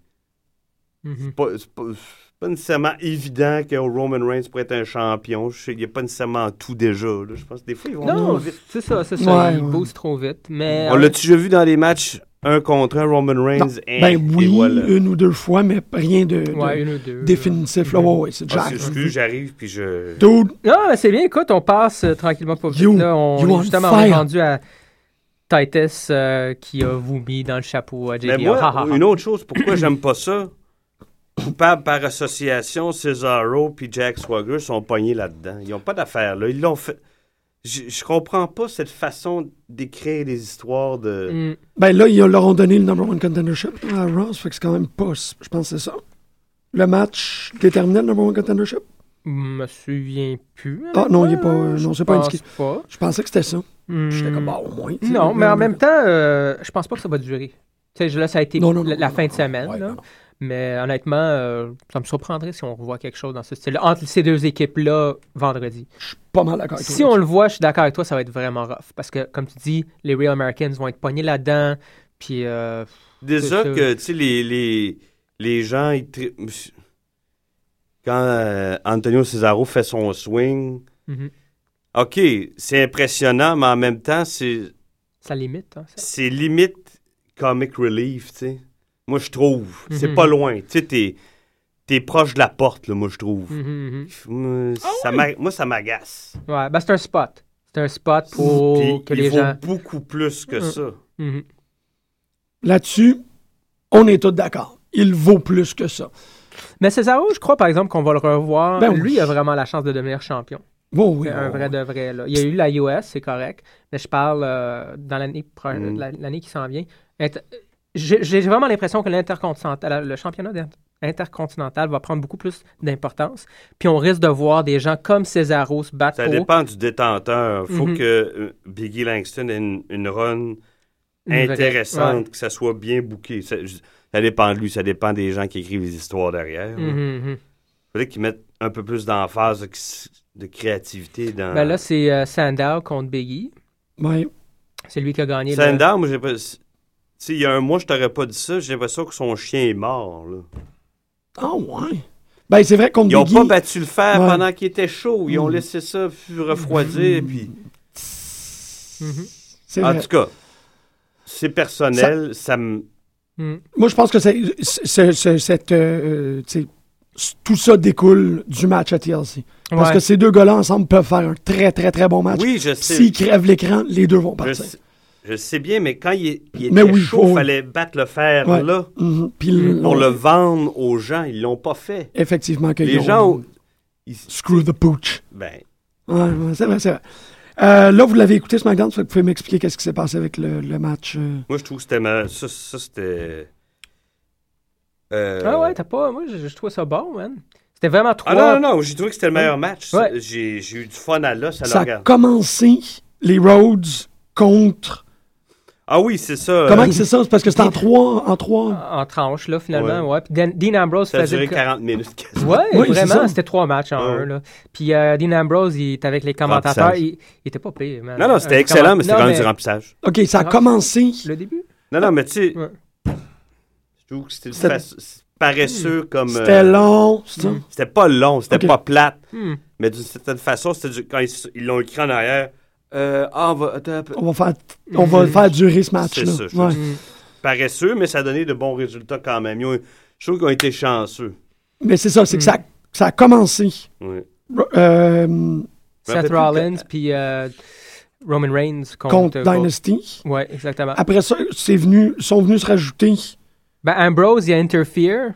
S4: Mhm.
S5: c'est pas, c'est pas- c'est pas nécessairement évident que Roman Reigns pourrait être un champion. Je sais, il n'y a pas nécessairement tout déjà. là. Je pense que des fois, ils vont trop
S4: Non,
S5: vite.
S4: c'est ça, c'est ça.
S3: Ouais,
S4: il
S3: ouais.
S4: booste trop vite. Mais
S5: On l'a-tu déjà vu dans les matchs un contre un, Roman Reigns? hein,
S3: Ben
S5: et
S3: oui,
S5: voilà.
S3: une ou deux fois, mais rien de, de
S4: Ouais, une ou deux.
S3: définitif. Là, ouais, ouais, c'est
S5: Ah,
S3: Jack.
S5: excuse, j'arrive, puis je...
S3: Dude,
S4: Non, mais c'est bien. Écoute, on passe euh, tranquillement pas vite.
S3: You-
S4: là. on,
S3: you
S4: est
S3: on
S4: justement, on est
S3: fire.
S4: rendu à Titus euh, qui a vomi dans le chapeau à JBL.
S5: Mais moi,
S4: Ha, ha, ha.
S5: une autre chose, pourquoi j'aime pas ça, coupable par association, Cesaro puis Jack Swagger sont pognés là-dedans. Ils n'ont pas d'affaires, là. Ils l'ont fait... Je, je comprends pas cette façon d'écrire des histoires de...
S4: Mm.
S3: ben là, ils leur ont donné le number one contendership hein, à Ross, fait que c'est quand même pas. Je pense que c'est ça. Le match déterminait le number one contendership.
S4: Je me souviens plus.
S3: Ah non, il est pas.
S4: Euh,
S3: Non,
S4: je
S3: c'est pas
S4: pense
S3: indiqué.
S4: pas.
S3: Je pensais que c'était ça.
S4: Hmm.
S3: J'étais comme, bah, au moins. tu sais,
S4: Non, mais en
S3: là,
S4: même temps, euh, je pense pas que ça va durer. Tu sais, là, ça a été
S3: Non, non, non,
S4: la, la
S3: non,
S4: fin de
S3: non,
S4: semaine.
S3: ouais,
S4: là.
S3: non, non.
S4: Mais honnêtement, euh, ça me surprendrait si on revoit quelque chose dans ce style Entre ces deux équipes-là, vendredi.
S3: Pas mal d'accord. avec
S4: Si
S3: toi.
S4: on le voit, je suis d'accord avec toi, ça va être vraiment rough. Parce que, comme tu dis, les Real Americans vont être pognés là-dedans. Puis, euh,
S5: Déjà
S4: C'est ça.
S5: que, tu sais, les, les, les gens, ils tri- quand euh, Antonio Cesaro fait son swing,
S4: mhm,
S5: OK, c'est impressionnant, mais en même temps, c'est...
S4: ça limite. hein, ça.
S5: c'est limite comic relief, tu sais. Moi, je trouve. C'est
S4: Mhm.
S5: pas loin. Tu sais, t'es, t'es proche de la porte, là, moi, je trouve.
S4: Mhm, mhm.
S5: Moi, ça m'a- moi, ça m'agace.
S4: Ouais, ben, c'est un spot. C'est un spot pour
S5: Puis,
S4: Oh, que
S5: il
S4: les
S5: vaut
S4: gens.
S5: beaucoup plus que
S4: Mhm.
S5: ça.
S4: Mhm.
S3: Là-dessus, on est tous d'accord. Il vaut plus que ça.
S4: Mais Cesaro, je crois par exemple qu'on va le revoir.
S3: Ben oui.
S4: Lui, il a vraiment la chance de devenir champion.
S3: Bon, oui.
S4: C'est un
S3: bon,
S4: vrai de vrai. Là. Il y a eu la US, c'est correct. Mais je parle euh, dans l'année pro-
S5: Mm.
S4: la- l'année qui s'en vient. Inter- J'ai j'ai vraiment l'impression que l'intercontinental, le championnat d'in- intercontinental va prendre beaucoup plus d'importance. Puis on risque de voir des gens comme Cesaro se battre
S5: Ça
S4: Ah, pour
S5: dépend du détenteur. Faut
S4: Mhm.
S5: que euh, Biggie Langston ait une, une run
S4: une vraie-
S5: intéressante, que ça soit bien booké. Ça, je- ça dépend de lui, ça dépend des gens qui écrivent les histoires derrière.
S4: Ouais. Mhm, mhm.
S5: Il faudrait qu'ils mettent un peu plus d'emphase, de, de créativité dans...
S4: Ben là, c'est euh, Sandow contre Biggie.
S3: Ouais.
S4: C'est lui qui a gagné. le-
S5: Sandow, moi, j'ai pas. Tu sais, il y a un mois, je t'aurais pas dit ça. J'ai l'impression que son chien est mort. là.
S3: Ah, ouais. Ben, c'est vrai qu'on
S5: Ils ont
S3: Biggie,
S5: pas battu le fer
S3: Ouais.
S5: pendant qu'il était chaud. Ils ont
S3: Mm.
S5: laissé ça f- refroidir. Puis...
S4: Mhm.
S3: Mm-hmm. c'est
S5: En
S3: vrai.
S5: tout cas, c'est personnel. Ça, me.
S4: Mhm.
S3: Moi, je pense que c'est, c'est- c'est- cette, euh, tu sais, c- tout ça découle du match à TLC. Parce
S4: Ouais.
S3: que ces deux gars-là ensemble peuvent faire un très, très, très bon match.
S5: Oui, je sais.
S3: S'ils crèvent l'écran, les deux vont
S5: je,
S3: partir.
S5: sais je sais bien, mais quand il, est- il était
S3: Mais oui,
S5: chaud, il
S3: faut-
S5: fallait battre le fer
S3: Ouais.
S5: là
S3: Mhm. Puis ils
S5: Mm-hmm. pour
S3: l'ont
S5: le vendre aux gens. Ils l'ont pas fait.
S3: effectivement que
S5: Les gens. ont- ils-
S3: Screw the pooch.
S5: Ben,
S3: Ouais, ouais, c'est vrai, c'est vrai. Euh, là, vous l'avez écouté ce matin, vous pouvez m'expliquer qu'est-ce qui s'est passé avec le, le match. euh.
S5: moi, je trouve que c'était. ma- Ça, ça, c'était. euh,
S4: Ah ouais, t'as pas. Moi, je, je trouve ça bon, man. C'était vraiment trois.
S5: Ah non, non, non, j'ai trouvé que c'était le meilleur match. Ça-
S4: Hein? Ouais.
S5: J'ai j'ai eu du fun à là, ça, le
S3: ça a
S5: regarde.
S3: commencé les Rhodes contre
S5: Ah oui, c'est ça.
S3: Comment
S5: euh,
S3: que c'est ça? C'est parce que c'est en trois. En trois.
S4: en tranche, là, finalement. Ouais. Puis Dan- Dean Ambrose
S5: ça a
S4: faisait.
S5: duré
S4: le-
S5: 40 minutes. quasiment.
S4: Ouais,
S3: Oui, c'est
S4: vraiment,
S3: ça.
S4: c'était trois matchs en
S5: Ouais.
S4: un. Là. Puis euh, Dean Ambrose, il était avec les commentateurs.
S5: Remplissage.
S4: Il, il était pas pire, man.
S5: Non, non, c'était
S4: Un
S5: excellent,
S4: Euh, comment-
S5: mais c'était
S4: Non,
S5: quand même du remplissage.
S3: OK, ça a
S4: Ah.
S3: commencé.
S4: Le début?
S5: Non, non, mais tu sais,
S4: Ouais.
S5: je trouve que c'était
S3: C'était-
S5: fac- c'est paresseux
S4: Hmm.
S5: comme. euh,
S3: C'était long. c'est ça?
S5: C'était pas long, c'était
S3: Ok.
S5: pas plate.
S4: Hmm.
S5: Mais d'une certaine façon, c'était du- quand ils ils l'ont écrit en arrière. Euh, ah, on va. attends un peu.
S3: On va faire, on va faire durer ce match-là.
S5: Mm-hmm. C'est ça, je
S3: Ouais.
S4: Mm.
S5: Paresseux, mais ça a donné de bons résultats quand même. Ils ont- je trouve qu'ils ont été chanceux.
S3: Mais c'est ça, c'est que ça,
S5: Mm.
S3: a- ça a commencé.
S5: Ouais.
S3: Euh,
S5: Je me rappelle
S4: Seth
S5: plus quand-
S4: Rollins, puis euh, Roman Reigns contre,
S3: contre
S4: contre-
S3: Dynasty.
S4: Ouais, exactement.
S3: Après ça, c'est venu, sont venus se rajouter.
S4: Ben, Ambrose, il a interfere.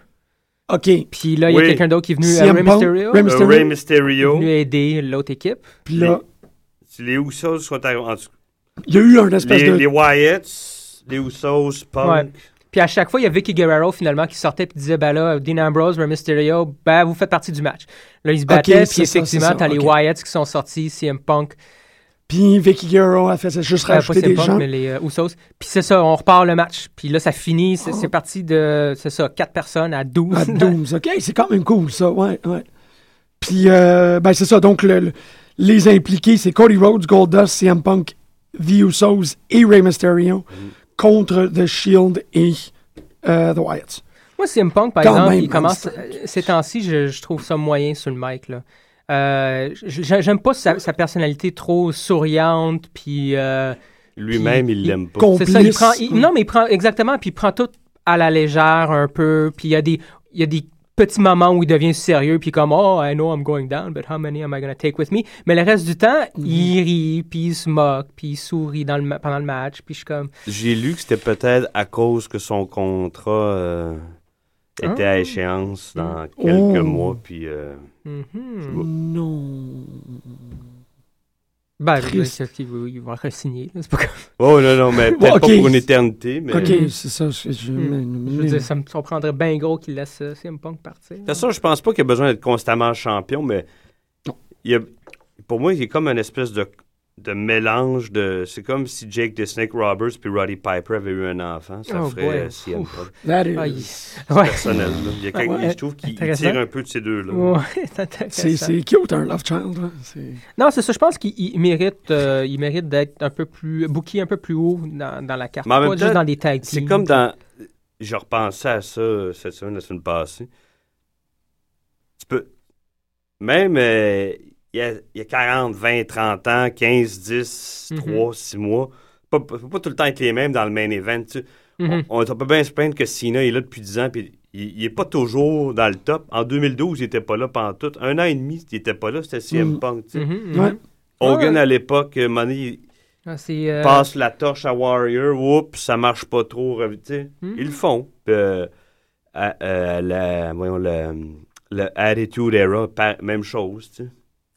S3: OK.
S4: Puis là, il y
S5: Oui.
S4: a quelqu'un d'autre qui est venu,
S3: CM
S4: euh, Rey
S3: Punk, Rey
S4: Mysterio, qui
S5: Euh,
S3: Mysterio.
S5: Rey
S4: est
S5: Mysterio.
S4: venu aider l'autre équipe.
S3: Puis là,
S5: Les Usos sont arrivés. en tout cas,
S3: il y a eu un espèce
S5: Les,
S3: de.
S5: les Wyatts, les Usos, Punk.
S4: Ouais. Puis à chaque fois, il y a Vicky Guerrero finalement qui sortait puis disait ben là, Dean Ambrose, Rey Mysterio, ben vous faites partie du match. Là, ils se battaient,
S3: c'est
S4: puis
S3: ça, c'est
S4: effectivement,
S3: ça,
S4: t'as les
S3: ok.
S4: Wyatts qui sont sortis, CM Punk,
S3: Puis Vicky Guerrero a fait ça, juste
S4: euh, pas
S3: rajouter
S4: CM
S3: des
S4: Punk,
S3: gens.
S4: mais les euh, Usos. Puis c'est ça, on repart le match. Puis là, ça finit, c'est c'est parti de, c'est ça, 4 personnes à 12.
S3: À 12, Ah, OK, c'est quand même cool, ça, ouais, ouais. Puis, euh, ben, c'est ça, donc, le- le- les impliqués, c'est Cody Rhodes, Goldust, CM Punk, The Usos et Rey Mysterio contre The Shield et euh, The Wyatts.
S4: Moi, CM Punk, par
S3: Quand
S4: exemple,
S3: même,
S4: il commence.
S3: man, c'est-
S4: euh, Ces temps-ci, je, je trouve ça moyen sur le mic. Là. Euh, j- j- J'aime pas sa, sa personnalité trop souriante, puis. euh,
S5: Lui-même, il l'aime pas.
S3: Complice.
S4: c'est ça, il prend.
S3: Mm.
S4: il- non, mais il prend. Exactement, puis il prend tout à la légère un peu, puis il y a des. Il y a des petits moments où il devient sérieux, puis comme, oh, I know I'm going down, but how many am I going to take with me? Mais le reste du temps,
S3: Mm-hmm.
S4: il rit, puis il se moque, puis il sourit dans le, ma- pendant le match, puis je suis comme,
S5: J'ai lu que c'était peut-être à cause que son contrat euh, était à échéance dans quelques
S3: Ah. Oh.
S5: mois. Puis, euh,
S4: Mhm.
S3: Non.
S4: ben,
S3: Triste.
S4: je- je- ils vont- ils vont re-signer, là, c'est pas comme-
S5: Oh non, non, mais peut-être
S3: Ok.
S5: pas pour une éternité. Mais...
S3: OK,
S5: De
S3: c'est ça. Je, je-
S4: Hmm.
S3: Mm.
S4: Je veux dire, ça me surprendrait bien gros qu'il laisse euh, CM Punk partir.
S5: toute façon, je pense pas qu'il y a besoin d'être constamment champion, mais il y a- pour moi, il est comme une espèce de, de mélange de. C'est comme si Jake the Snake Roberts puis Roddy Piper avaient eu un enfant. Ça
S4: Oh
S5: ferait euh,
S4: boy.
S5: CM Punk.
S3: that is-
S4: Ah, il- Ouais.
S5: Personnel, là. Il y a quelque-
S4: ouais.
S5: Je trouve qu'il
S4: Intéressant.
S5: tire un peu de ces deux-là.
S4: Ouais, c'est intéressant.
S3: C'est c'est cute, un love child. hein, c'est-
S4: Non, c'est ça. Je pense qu'il il mérite, euh, il mérite d'être un peu plus booké un peu plus haut dans, dans la carte.
S5: Mais en même
S4: Pas
S5: temps,
S4: juste dans des tag
S5: C'est
S4: teams.
S5: comme dans. Je repensais à ça euh, cette semaine, la semaine passée. Tu peux. Même euh, il y, a, il y a 40, 20, 30 ans, 15, 10,
S4: Mhm.
S5: 3, 6 mois, pas, pas, pas tout le temps être les mêmes dans le main event. tu sais.
S4: Mhm.
S5: On, on peut bien se plaindre que Cena est là depuis 10 ans, puis il n'est pas toujours dans le top. En 2012, il n'était pas là pendant tout. Un an et demi, il n'était pas là, c'était CM
S3: Mhm.
S5: Punk. tu sais.
S4: Mhm, mhm.
S3: Ouais.
S5: Hogan,
S4: Mm. Ouais.
S5: à l'époque, euh, Money, il-
S4: Ah, c'est, euh,
S5: passe la torche à Warrior, oups, ça marche pas trop. rev- tu sais,
S4: Hmm.
S5: Ils le font. Puis, euh, à- euh, la, voyons, le, le Attitude Era, pa- même chose. tu sais.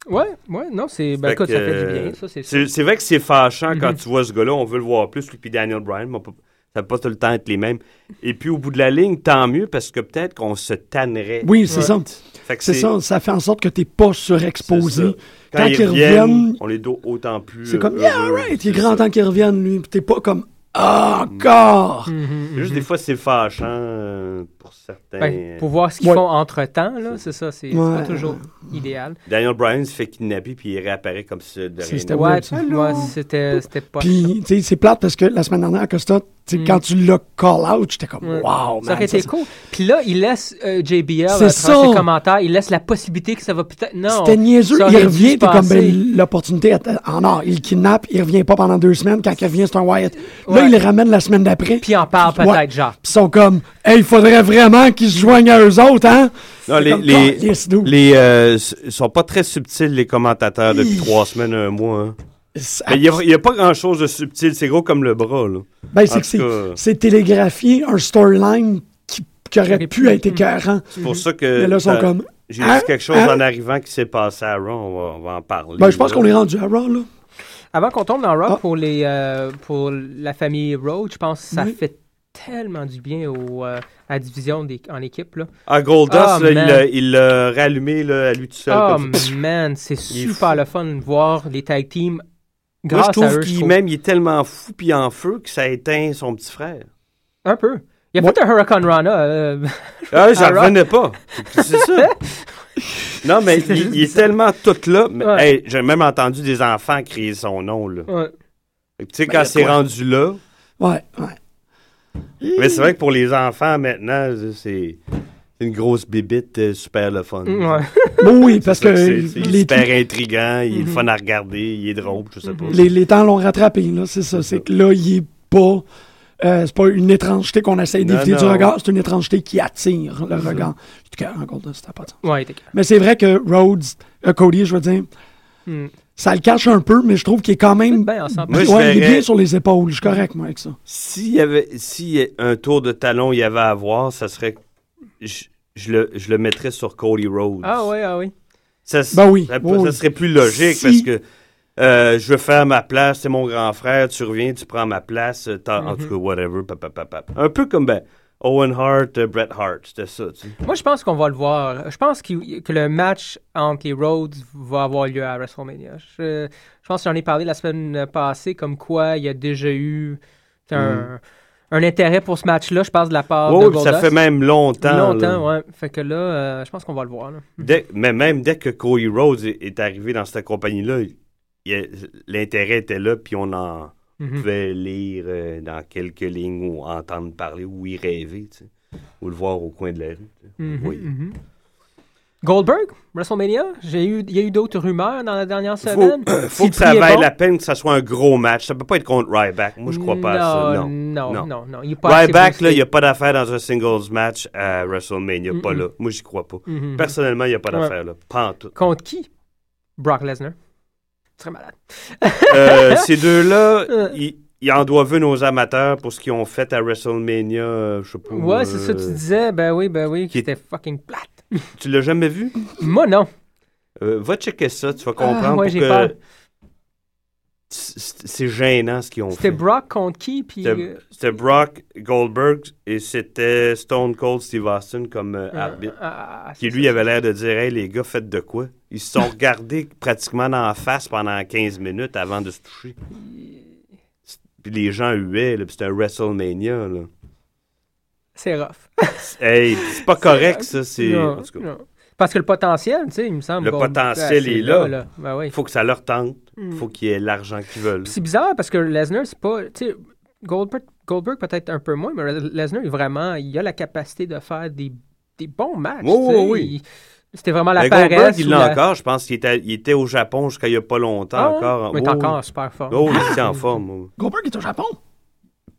S4: Ouais, ouais. Non, c'est. Ben,
S5: Fait
S4: écoute,
S5: que,
S4: ça fait du
S5: euh,
S4: bien. Ça, c'est sûr.
S5: C'est c'est vrai que c'est fâchant quand
S4: Mhm.
S5: tu vois ce gars-là, on veut le voir plus, lui puis Daniel Bryan, mais on peut- ça peut pas tout le temps être les mêmes. Et puis au bout de la ligne, tant mieux, parce que peut-être qu'on se tannerait.
S3: Oui, c'est
S4: Ouais.
S3: ça.
S5: Fait que
S3: C'est ça, ça fait en sorte que t'es pas surexposé.
S5: c'est ça. Quand, ils reviennent, on les doit autant plus.
S3: C'est comme,
S5: euh,
S3: yeah,
S5: heureux.
S3: right, il est
S5: C'est
S3: grand
S5: ça.
S3: temps qu'il revienne, lui. Puis t'es pas comme, ah, encore!
S4: Mhm,
S5: Juste
S4: mhm.
S5: des fois, c'est fâchant euh, pour certains.
S4: Ben, pour voir ce qu'ils
S3: Ouais.
S4: font entre temps, là, c'est ça. C'est c'est
S3: Ouais.
S4: pas toujours idéal.
S5: Daniel Bryan se fait kidnapper puis il réapparaît comme si de rien
S3: c'était
S5: n'était.
S3: weird,
S4: Ouais,
S3: ça.
S4: ouais, c'était c'était pas.
S3: Puis, tu sais, c'est plate parce que la semaine dernière, à Costa, tu sais, quand tu l'as call out, j'étais comme,
S4: Mm. Ouais.
S3: wow, man.
S4: Ça aurait été
S3: ça-
S4: cool. Puis là, il laisse euh, JBL euh,
S3: C'est
S4: dans
S3: ça.
S4: ses commentaires, il laisse la possibilité que ça va peut-être. Non.
S3: C'était niaiseux.
S4: ça
S3: Il
S4: aurait dû
S3: revient,
S4: se
S3: t'es comme,
S4: passer.
S3: ben, l'opportunité est en or. Il le kidnappe, il revient pas pendant deux semaines. Quand il revient, c'est un Wyatt. Là,
S4: Ouais.
S3: il le ramène la semaine d'après.
S4: Puis il en parle peut-être,
S3: Ouais.
S4: genre.
S3: Ils sont comme, hey, il faudrait vraiment qu'ils se joignent à eux autres, hein?
S5: Non,
S3: C'est
S5: les,
S3: comme,
S5: les,
S3: Calisse, nous.
S5: les, euh, s- ils sont pas très subtils, les commentateurs, depuis
S3: Hi. Ah.
S5: trois semaines, un mois. hein.
S3: Ça-
S5: Mais il n'y a, il y a pas grand-chose de subtil. C'est gros comme le bras, là.
S3: Ben,
S5: En
S3: c'est que
S5: tout
S3: c'est-
S5: cas.
S3: c'est télégraphié, un storyline qui, qui aurait
S4: Aurait
S3: pu
S4: pu.
S3: être écœurant.
S5: C'est pour ça que
S3: Mais là, ils sont
S5: ça-
S3: comme.
S5: j'ai
S3: Hein?
S5: dit quelque chose
S3: Hein?
S5: en arrivant qui s'est passé à Raw. On va, on va en parler.
S3: Ben, je pense
S5: là.
S3: qu'on est rendu à Raw, là.
S4: Avant qu'on tombe dans Rock
S3: Ah.
S4: pour, les, euh, pour la famille Road, je pense que ça
S3: Oui.
S4: fait tellement du bien au, euh, à la division des, en équipe. Là.
S5: Ah, Goldust,
S4: Ah,
S5: là, il
S4: man.
S5: l'a- il l'a
S3: Ah,
S5: rallumé là, à lui tout seul.
S4: Oh
S5: comme ça.
S4: man, c'est
S5: Il est
S4: super
S5: fou.
S4: le fun de voir les tag teams
S5: Moi, je
S4: grâce à
S5: trouve
S4: eux. je
S5: qu'il
S4: trouve.
S5: même, il est tellement fou puis en feu que ça éteint son petit frère.
S4: Un peu. Il a
S3: Moi-
S4: fait un Hurricane Rana. euh,
S5: Ah, j'en
S4: Ah, Rock.
S5: revenais pas. C'est ça. Non, mais
S4: C'était
S5: il,
S4: juste
S5: il est tellement tout là. mais,
S4: Ouais.
S5: hey, J'ai même entendu des enfants crier son nom. là.
S4: ouais.
S5: Tu sais,
S3: Ben,
S5: quand
S3: y a
S5: c'est
S3: quoi?
S5: rendu là.
S3: Ouais, ouais.
S5: Mais c'est vrai que pour les enfants, maintenant, c'est c'est une grosse bibite euh, super le fun.
S4: Mm, ouais.
S3: Bon, oui, parce
S5: C'est ça
S3: que
S5: c'est- c'est
S3: les,
S5: super intriguant, il est le
S4: Mhm.
S5: fun à regarder, il est drôle, je sais pas.
S3: les, les temps l'ont rattrapé, là, c'est ça. C'est que là, il est pas. euh, c'est pas une étrangeté qu'on essaie
S5: Non,
S3: d'éviter du
S5: non.
S3: regard, c'est une étrangeté qui attire le regard. En tout cas, encore là, ça n'a pas de sens.
S4: Ouais, il était clair.
S3: Mais c'est vrai que Rhodes, euh, Cody, je veux dire,
S4: Hmm.
S3: ça le cache un peu, mais je trouve qu'il est quand même.
S4: Ben, on s'en
S5: Moi, je
S3: ouais, il est
S5: verrais-
S3: bien sur les épaules. Je suis correct, moi, avec ça.
S5: S'il y avait s'il y a un tour de talon il y avait à voir, ça serait je, je le, je le mettrais sur Cody Rhodes.
S4: Ah oui, ah oui.
S5: Ça, s-
S3: Ben oui,
S5: ça,
S3: oui,
S5: ça
S3: oui.
S5: serait plus logique
S3: Si-
S5: parce que euh, je veux faire ma place, c'est mon grand frère, tu reviens, tu prends ma place, euh, t'as-
S3: Mm-hmm.
S5: en tout cas, whatever, pa, pa, pa, pa. Un peu comme ben, Owen Hart, euh, Bret Hart, c'était ça. tu sais.
S4: Moi, je pense qu'on va le voir. Je pense qu'il- que le match entre les Rhodes va avoir lieu à WrestleMania. Je, je pense que j'en ai parlé la semaine passée, comme quoi il y a déjà eu un, un intérêt pour ce match-là, je pense, de la part
S5: Ouais,
S4: de
S5: Hmm. puis
S4: Goldust.
S5: Oh, ça fait même longtemps. là.
S4: Ah, Longtemps, ouais. Fait que là, euh, je pense qu'on va le voir. là.
S5: Dès- mais même dès que Cody Rhodes est, est arrivé dans cette compagnie-là, il- il- l'intérêt était là, puis on en
S4: Mhm.
S5: pouvait lire euh, dans quelques lignes ou entendre parler ou y rêver, tu sais, ou le voir au coin de la rue. tu sais.
S4: Mhm,
S5: Oui.
S4: mhm. Goldberg, WrestleMania, j'ai eu, il y a eu d'autres rumeurs dans la dernière semaine.
S5: Faut, euh, faut
S4: Si
S5: que ça
S4: le prix est
S5: vaille
S4: bon-
S5: la peine que ça soit un gros match. Ça peut pas être contre Ryback. Moi, je crois pas à ça.
S4: Non,
S5: Non. non.
S4: non, non. non. Il est pas assez
S5: Ryback, là,
S4: boosté.
S5: il n'y a pas d'affaire dans un singles match à WrestleMania. Pas
S4: Mm-mm.
S5: là. Moi, j'y crois pas.
S4: Mhm.
S5: Personnellement, il n'y a pas
S4: Ouais.
S5: d'affaire là. Pas en tout.
S4: Contre qui Brock Lesnar. Très malade.
S5: Euh, ces deux-là,
S4: Euh.
S5: ils, ils en doivent une aux amateurs pour ce qu'ils ont fait à WrestleMania. euh, Je sais pas.
S4: Ouais, c'est ça, tu
S5: euh,
S4: disais. Ben oui, ben oui,
S5: qui
S4: qui était fucking plate.
S5: Tu l'as jamais vu?
S4: Moi, non.
S5: Euh, va checker ça, tu vas comprendre.
S4: Ah, ouais,
S5: pour
S4: j'ai
S5: que-
S4: peur.
S5: C- C'est c'est gênant ce qu'ils ont
S4: C'était
S5: fait.
S4: Brock contre qui Puis.
S5: C'était-
S4: euh,
S5: C'était Brock Goldberg et c'était Stone Cold Steve Austin comme euh, arbitre.
S4: ah, ah,
S5: Qui
S4: c'est
S5: lui
S4: ça.
S5: avait l'air de dire Hey les gars, faites de quoi Ils se sont regardés pratiquement dans la face pendant 15 minutes avant de se toucher. C'est- Puis les gens huaient, là, puis c'était un WrestleMania. Là.
S4: C'est rough.
S5: Hey, c'est pas correct, ça. C'est.
S4: Non,
S5: en tout cas,
S4: non. Parce que le potentiel, tu sais, il me semble.
S5: Le
S4: Goldberg,
S5: potentiel
S4: c'est
S5: est là.
S4: Ben oui.
S5: faut que ça leur tente.
S4: Mm.
S5: faut qu'il y ait l'argent qu'ils veulent.
S4: Puis C'est bizarre parce que Lesnar, c'est pas. Tu sais, Goldberg, Goldberg peut-être un peu moins, mais Lesnar, il vraiment, il a la capacité de faire des, des bons matchs.
S5: Oui, oui,
S4: tu sais.
S5: oui.
S4: Il- C'était vraiment la
S5: Mais
S4: paresse.
S5: Goldberg, il
S4: ou
S5: l'a
S4: la-
S5: encore. Je pense qu'il était, il était au Japon jusqu'à il n'y a pas longtemps
S4: Ah ouais?
S5: encore.
S4: Mais il est
S5: Oh,
S4: encore super fort.
S5: Oh, il était en forme. oh.
S3: Goldberg est au Japon.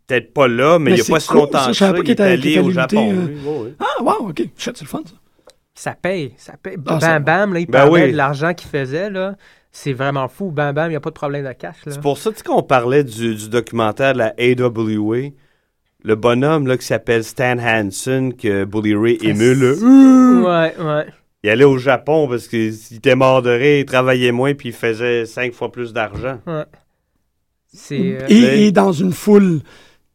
S5: Peut-être pas là,
S3: Mais
S5: mais, il n'y a pas
S3: c'est
S5: si
S3: cool,
S5: longtemps
S3: ça,
S5: que
S3: je savais
S5: ça.
S3: pas
S5: Il
S3: qu'il
S5: est
S3: était-
S5: allé
S3: qu'il
S5: au
S3: était
S5: Japon.
S3: limité,
S5: lui. Oh, oui.
S3: Ah, wow, OK. Shit, c'est le fun, ça.
S4: Ça paye, ça paye.
S3: Ah, ça-
S4: bam, bam, là, il
S5: Ben
S4: parlait
S5: oui.
S4: de l'argent qu'il faisait, là. C'est vraiment fou. Bam, bam, il n'y a pas de problème de cash, là.
S5: C'est pour ça tu sais, qu'on parlait du, du documentaire de la AWA. Le bonhomme là, qui s'appelle Stan Hansen, que Bully Ray
S3: Ah,
S5: émule. là. euh,
S4: Ouais, ouais.
S5: Il allait au Japon parce qu'il était mort de rire, il travaillait moins, puis il faisait cinq fois plus d'argent.
S4: C'est. euh,
S5: mais-
S3: Et, et dans une foule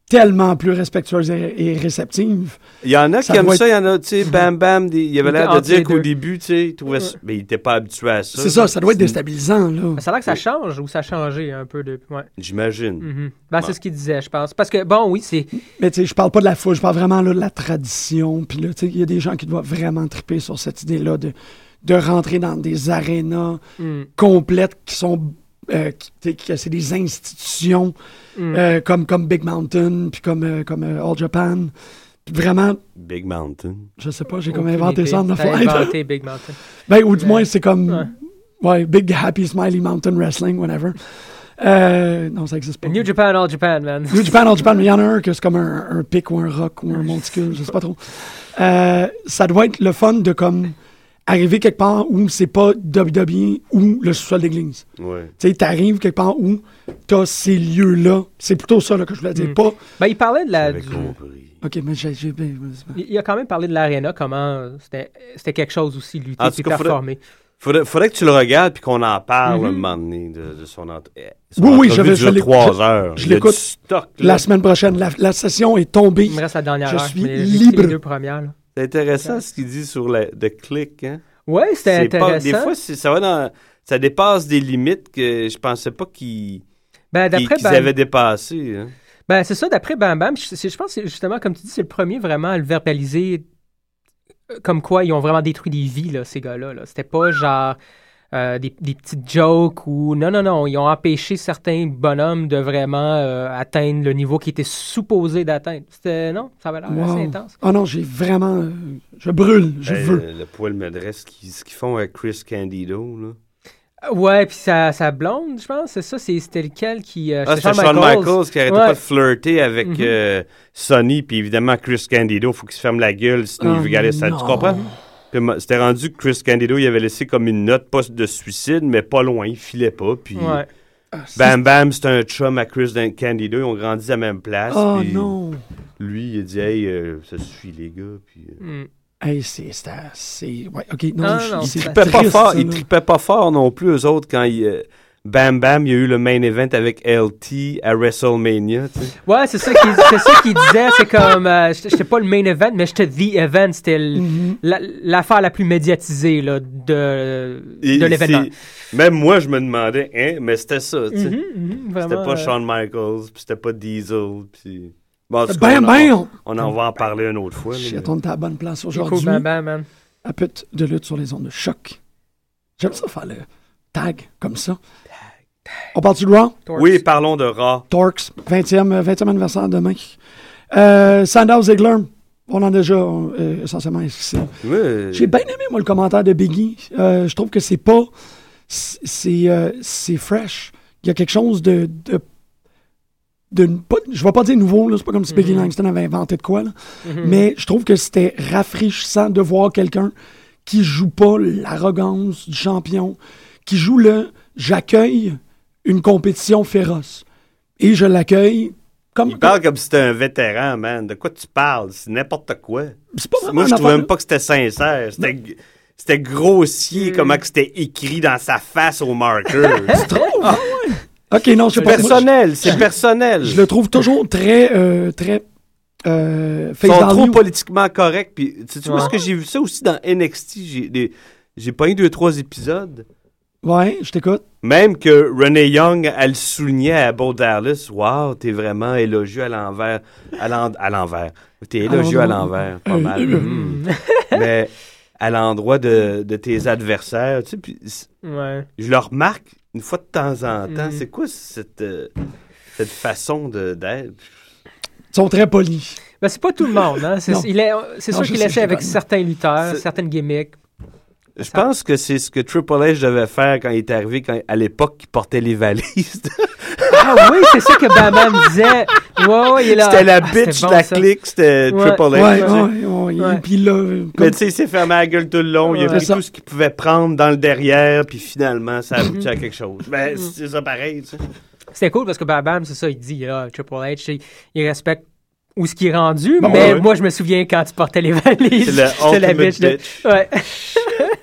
S3: tellement plus respectueuse et, et réceptive.
S5: Il y en a
S3: Ça
S5: qui aiment
S3: doit
S5: ça, il y en a, tu sais, bam bam, des- il avait
S4: Il était
S5: l'air de
S4: entre les
S5: dire qu'au
S4: deux.
S5: début, tu sais, il trouvait ça- Mais il n'était pas habitué à ça. Mm.
S3: C'est ça, ça doit être
S5: C'est-
S3: déstabilisant, là.
S4: Ça a l'air que ça change ou ça a changé un peu depuis. Ouais.
S5: J'imagine.
S4: Mhm. Ben, c'est ce qu'il disait, je pense. Parce que, bon, oui, c'est.
S3: Mais tu sais, je parle pas de la foule, je parle vraiment là, de la tradition. Puis là, tu sais, il y a des gens qui doivent vraiment triper sur cette idée-là de, de rentrer dans des arénas
S4: Mm.
S3: complètes qui sont. euh, qui- tu sais, que c'est des institutions euh, comme, comme Big Mountain, puis comme, euh, comme euh, All Japan. Puis vraiment,
S5: Big Mountain.
S3: je sais pas, j'ai comme
S4: Aucune
S3: inventé
S4: idée.
S3: ça en neuf
S4: T'as
S3: fois.
S4: inventé Big Mountain.
S3: Ben, ou du
S4: Mais-
S3: moins, c'est comme.
S4: Ouais.
S3: Ouais, Big Happy Smiley Mountain Wrestling, whatever. Euh, non, ça existe pas.
S4: New Japan, All Japan, man.
S3: New Japan, All Japan, mais il y en a un que c'est comme un, un pic ou un rock ou un monticule, je sais pas trop. Euh, ça doit être le fun de comme arriver quelque part où c'est pas WWE ou le sous-sol d'église.
S5: Ouais.
S3: Tu sais, t'arrives quelque part où t'as ces lieux-là. C'est plutôt ça là, que je voulais dire. Pas.
S4: Ben, il parlait de la.
S5: J'avais
S4: du-
S5: compris.
S3: Ok, mais j'ai. j'ai- ben, ben,
S4: Il il a quand même parlé de l'aréna, comment euh, c'était c'était quelque chose aussi, lutter
S5: En tout
S4: puis
S5: cas, faudrait-
S4: performer.
S5: Faudrait, faudrait que tu le regardes puis qu'on en parle
S4: Mhm.
S5: un moment donné de, de son, ent- eh, son
S3: Oui, oui,
S5: entrevue
S3: je vais- je
S5: dure
S3: l'ai-
S5: trois
S3: je-
S5: heures.
S3: je
S5: Il y a
S3: l'écoute.
S5: du stock, là.
S3: la semaine prochaine, la, la session est tombée.
S4: Il me reste la dernière
S3: Je
S4: heure.
S3: suis
S4: mais j'ai écouté
S3: libre.
S4: Les deux premières, là.
S5: C'est intéressant ce qu'il dit sur le de click. Hein?
S4: Ouais, c'était
S5: C'est pas-
S4: intéressant.
S5: des fois, c'est- ça va dans, ça dépasse des limites que je pensais pas qu'il
S4: Ben,
S5: qui-
S4: d'après
S5: qu'ils
S4: Bam-
S5: avaient dépassé. hein.
S4: ben, c'est ça, d'après Bam Bam, je, c'est- je pense que c'est justement, comme tu dis, c'est le premier vraiment à le verbaliser euh, comme quoi ils ont vraiment détruit des vies, là, ces gars-là. là. C'était pas genre euh, des, des petites jokes ou. Non, non, non. Ils ont empêché certains bonhommes de vraiment euh, atteindre le niveau qui était supposé d'atteindre. C'était. Non, ça avait l'air
S3: Wow.
S4: assez intense.
S3: Ah non, j'ai vraiment. euh, je brûle, je
S5: Ben,
S3: veux.
S5: le- Le poil me dresse, qui- ce qu'ils font à Chris Candido. Là.
S4: Ouais, puis sa, sa blonde, je pense, c'est ça, c'est- c'était lequel qui. euh, c'était
S5: Ah, c'est Shawn Michaels qui arrêtait
S4: Ouais.
S5: pas de flirter avec euh, Sonny, puis évidemment, Chris Candido, faut qu'il se ferme la gueule
S3: Oh,
S5: sinon il veut garder ça.
S3: non.
S5: Tu comprends? Puis, moi, C'était rendu que Chris Candido, il avait laissé comme une note pas de suicide, mais pas loin, il filait pas. Puis
S4: Ouais.
S5: Bam Bam, c'était un chum à Chris Dan- Candido, ils ont grandi à la même place.
S3: Oh
S5: puis
S3: non!
S5: Lui, il a dit, hey, euh, ça suffit les gars. Puis, euh,
S4: Mm.
S3: Hey, c'est. c'est- c'est- Ouais, ok, non,
S4: Ah,
S3: je-
S4: non,
S3: c'est
S4: il
S5: trippait pas
S3: triste,
S5: fort,
S3: ça,
S5: il
S3: là.
S5: trippait pas fort non plus, eux autres, quand il, euh, Bam Bam, il y a eu le main event avec LT à WrestleMania. tu sais.
S4: Ouais, c'est ça qu'il c'est ça qu'il disait. C'est comme. euh, j'étais j'étais pas le main event, mais j'étais the event. C'était l- la- l'affaire la plus médiatisée là, de,
S5: Et
S4: de l'événement.
S5: c'est- Même moi, je me demandais, hein, mais c'était ça. tu sais.
S3: Mm-hmm.
S4: Mhm, mhm, vraiment,
S5: C'était pas
S4: euh,
S5: Shawn Michaels, puis c'était pas Diesel. Puis... Bon, en tout cas,
S3: Ben,
S5: on, en-
S3: ben, on.
S5: on en va en parler une autre fois. là,
S3: Shit,
S5: mais-
S3: on est à la bonne place
S4: c'est cool,
S3: aujourd'hui.
S4: bam, bam, man.
S3: à pute de lutte sur les ondes de choc. J'aime ça faire le tag comme ça. On parle du Raw?
S4: Torx.
S5: Oui, parlons de Raw.
S3: Torx, 20e, euh, 20e anniversaire demain. Euh, Sandow Ziegler, on en a déjà euh, essentiellement ici.
S5: Ouais.
S3: J'ai bien aimé, moi, le commentaire de Biggie. Euh, je trouve que c'est pas. C'est c'est, euh, c'est fresh. Il y a quelque chose de. de de, pas- je vais pas dire nouveau, là, c'est pas comme si Biggie Langston avait inventé de quoi, là. mais je trouve que c'était rafraîchissant de voir quelqu'un qui joue pas l'arrogance du champion, qui joue le j'accueille une compétition féroce et je l'accueille comme.
S5: Il parle comme si c'était un vétéran, man. De quoi tu parles? C'est n'importe quoi.
S3: C'est pas vraiment
S5: Moi,
S3: Ah,
S5: je
S3: une
S5: trouvais
S3: affaire-
S5: même pas que c'était sincère. C'était g- c'était grossier,
S3: Mm.
S5: comment que c'était écrit dans sa face au marqueur. c'est
S3: Ah, Ok, non, je sais pas. Moi, je-
S5: personnel, c'est personnel.
S3: Je le trouve toujours très, euh, très euh,
S5: Ils
S3: face
S5: sont trop
S3: value.
S5: politiquement corrects. Puis, tu sais, moi,
S4: Ouais.
S5: ce que j'ai vu ça aussi dans NXT, j'ai des- j'ai pas eu deux, trois épisodes.
S3: Ouais, je t'écoute.
S5: Même que Renee Young, elle soulignait à Bo Dallas, wow, t'es vraiment élogieux à l'envers. À l'en- à l'envers. T'es élogieux à
S3: non.
S5: l'envers, pas mal. Mm. Mais à l'endroit de, de tes adversaires, tu sais, puis c-
S4: Ouais.
S5: je le remarque une fois de temps en temps.
S4: Mm.
S5: C'est quoi cette, euh, cette façon de- d'être?
S3: Ils sont très polis.
S4: Ben, c'est pas tout le monde. Hein. C'est
S3: Non.
S4: il est- c'est
S3: Non,
S4: sûr
S3: je
S4: qu'il
S3: sais,
S4: essaie
S3: je
S4: avec
S3: comprends.
S4: certains lutteurs,
S5: C'est-
S4: certaines gimmicks.
S5: Je pense que c'est ce que Triple H devait faire quand il est arrivé quand- à l'époque qu'il portait les valises.
S4: Ah oui, c'est ça que Bam Bam disait. Ouais, ouais, il est là.
S5: c'était la
S4: Ah,
S5: bitch,
S4: c'était bon,
S5: la
S4: ça.
S5: clique, c'était
S4: Ouais.
S5: Triple
S3: Ouais,
S5: H.
S3: ouais,
S5: tu
S3: ouais,
S5: sais.
S3: ouais.
S4: Ouais.
S3: Et puis là, euh,
S5: Mais
S3: comme-
S5: tu sais, il s'est fermé la gueule tout le long, il a
S4: Ouais.
S5: pris
S3: C'est ça.
S5: tout ce qu'il pouvait prendre dans le derrière, puis finalement, ça aboutit à quelque chose. Ben, c'est ça pareil, tu sais.
S4: C'était cool parce que Bam Bam, c'est ça, il dit, là, Triple H, il, il respecte où ce qui est rendu,
S3: Bon,
S4: mais
S5: ouais.
S4: moi, je me souviens quand tu portais les valises.
S5: C'est le
S4: j'étais la
S5: ultimate
S4: bitch. de-
S5: bitch.
S4: Ouais,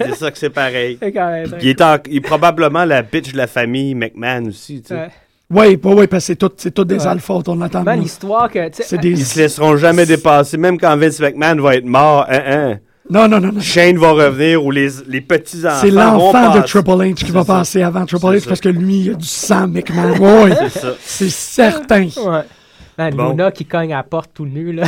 S5: C'est ça que c'est pareil.
S4: c'est quand même.
S5: Il est, en- il est probablement la bitch de la famille McMahon aussi, tu sais.
S4: Ouais.
S3: ouais, ouais, ouais, parce que c'est tout, c'est tout des
S4: Ouais.
S3: alphas, on l'attend.
S4: Man,
S3: là.
S4: l'histoire que. tu sais,
S3: C'est des.
S5: Ils se laisseront jamais dépasser, même quand Vince McMahon va être mort. Hein, hein.
S3: Non, non, non, non.
S5: Shane va revenir ou les, les petits-enfants
S3: C'est
S5: vont
S3: l'enfant de
S5: passer.
S3: Triple H qui va
S5: C'est ça.
S3: passer avant Triple
S5: C'est
S3: H
S5: ça.
S3: parce que lui, il a du sang, McMahon. Ouais, ouais.
S5: C'est ça.
S3: c'est certain.
S4: Ouais. Man,
S5: Bon.
S4: Luna qui cogne à la porte tout nu, là.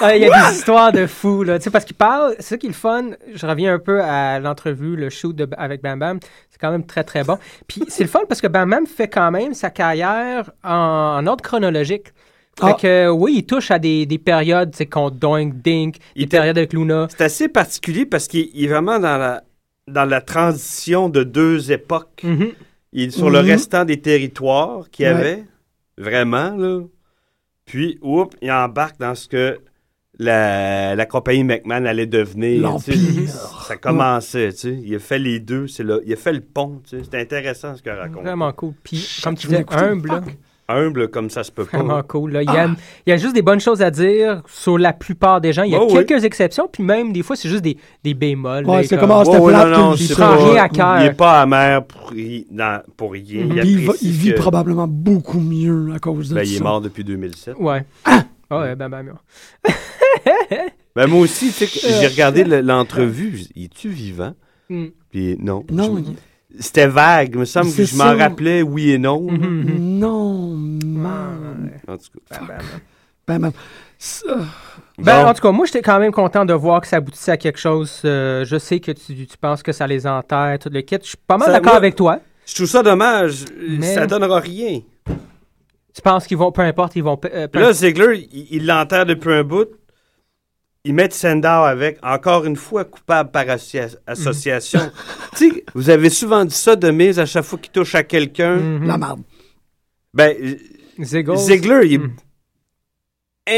S4: Ah, Il y a des histoires de fous, là. Tu sais, parce qu'il parle, c'est ça qui est le fun. Je reviens un peu à l'entrevue, le shoot de- avec Bam Bam. C'est quand même très, très bon. Puis c'est le fun parce que Bam Bam fait quand même sa carrière en, en ordre chronologique. Fait
S3: Ah.
S4: que, oui, il touche à des, des périodes, tu sais, contre Doink, Dink, des
S5: Il t'a-
S4: périodes avec Luna.
S5: C'est assez particulier parce qu'il il est vraiment dans la, dans la transition de deux époques.
S4: Mhm.
S5: Il est sur le
S3: Mhm.
S5: restant des territoires qu'il y
S3: Ouais.
S5: avait, vraiment, là. Puis, oups, il embarque dans ce que la, la compagnie McMahon allait devenir. tu sais.
S3: L'Empire.
S5: Ça commençait, tu sais. Il a fait les deux, c'est là. Il a fait le pont, tu sais. C'est intéressant ce qu'il raconte.
S4: Vraiment cool. Puis, comme
S3: je
S4: tu
S3: vais
S4: disais,
S3: l'écouter.
S4: humble, là.
S5: Humble comme ça se peut pas. Oh,
S4: Vraiment cool. là. Il,
S5: Ah.
S4: y a, il y a juste des bonnes choses à dire sur la plupart des gens. Il y a
S5: Oh, oui.
S4: quelques exceptions, puis même des fois, c'est juste des, des bémols.
S3: Ouais,
S4: là,
S3: c'est
S4: comme-
S3: comme ah, c'était
S5: Ouais, ouais,
S3: plate
S5: non, non,
S3: que je vis
S5: c'est
S3: ça.
S4: prend
S5: pas-
S4: rien à cœur.
S5: Il est pas amer pour, ri- dans- pour rien.
S3: Puis Mm-hmm. il, va-
S5: apprécie
S3: il vit
S5: que-
S3: probablement beaucoup mieux à cause de
S5: Ben,
S3: ça.
S5: il est mort depuis 2007.
S4: Ouais. Ah ouais, ben, ben, ben.
S5: Ben, moi aussi, tu sais, que j'ai regardé le- l'entrevue. Il est-tu vivant?
S4: Mm.
S5: Puis non.
S3: Non,
S5: Je-
S3: il-
S5: C'était vague. Il me semble que
S3: C'est
S5: je m'en
S3: ça.
S5: rappelais, oui et non.
S4: Mhm.
S3: Non,
S4: Mm-hmm.
S3: man.
S5: En tout cas.
S4: Ben, ben, ben.
S3: Ben, man. euh, Ça,
S4: Ben,
S5: Bon.
S4: en tout cas, moi, j'étais quand même content de voir que ça aboutissait à quelque chose. Euh, je sais que tu, tu penses que ça les enterre, tout le kit. Je suis pas mal
S5: Ça,
S4: d'accord
S5: moi-
S4: avec toi.
S5: Je trouve ça dommage.
S4: Mais-
S5: Ça donnera rien.
S4: Tu penses qu'ils vont, peu importe, ils vont. euh, peu-
S5: Là, Ziegler, il il l'enterre depuis un bout. Ils mettent Sandow avec, encore une fois, coupable par associa- association. tu sais, vous avez souvent dit ça de mise à chaque fois qu'il touche à quelqu'un.
S4: Mhm.
S3: la merde.
S5: Ben, euh,
S4: Ziggles.
S5: Ziegler, il est
S4: Mhm.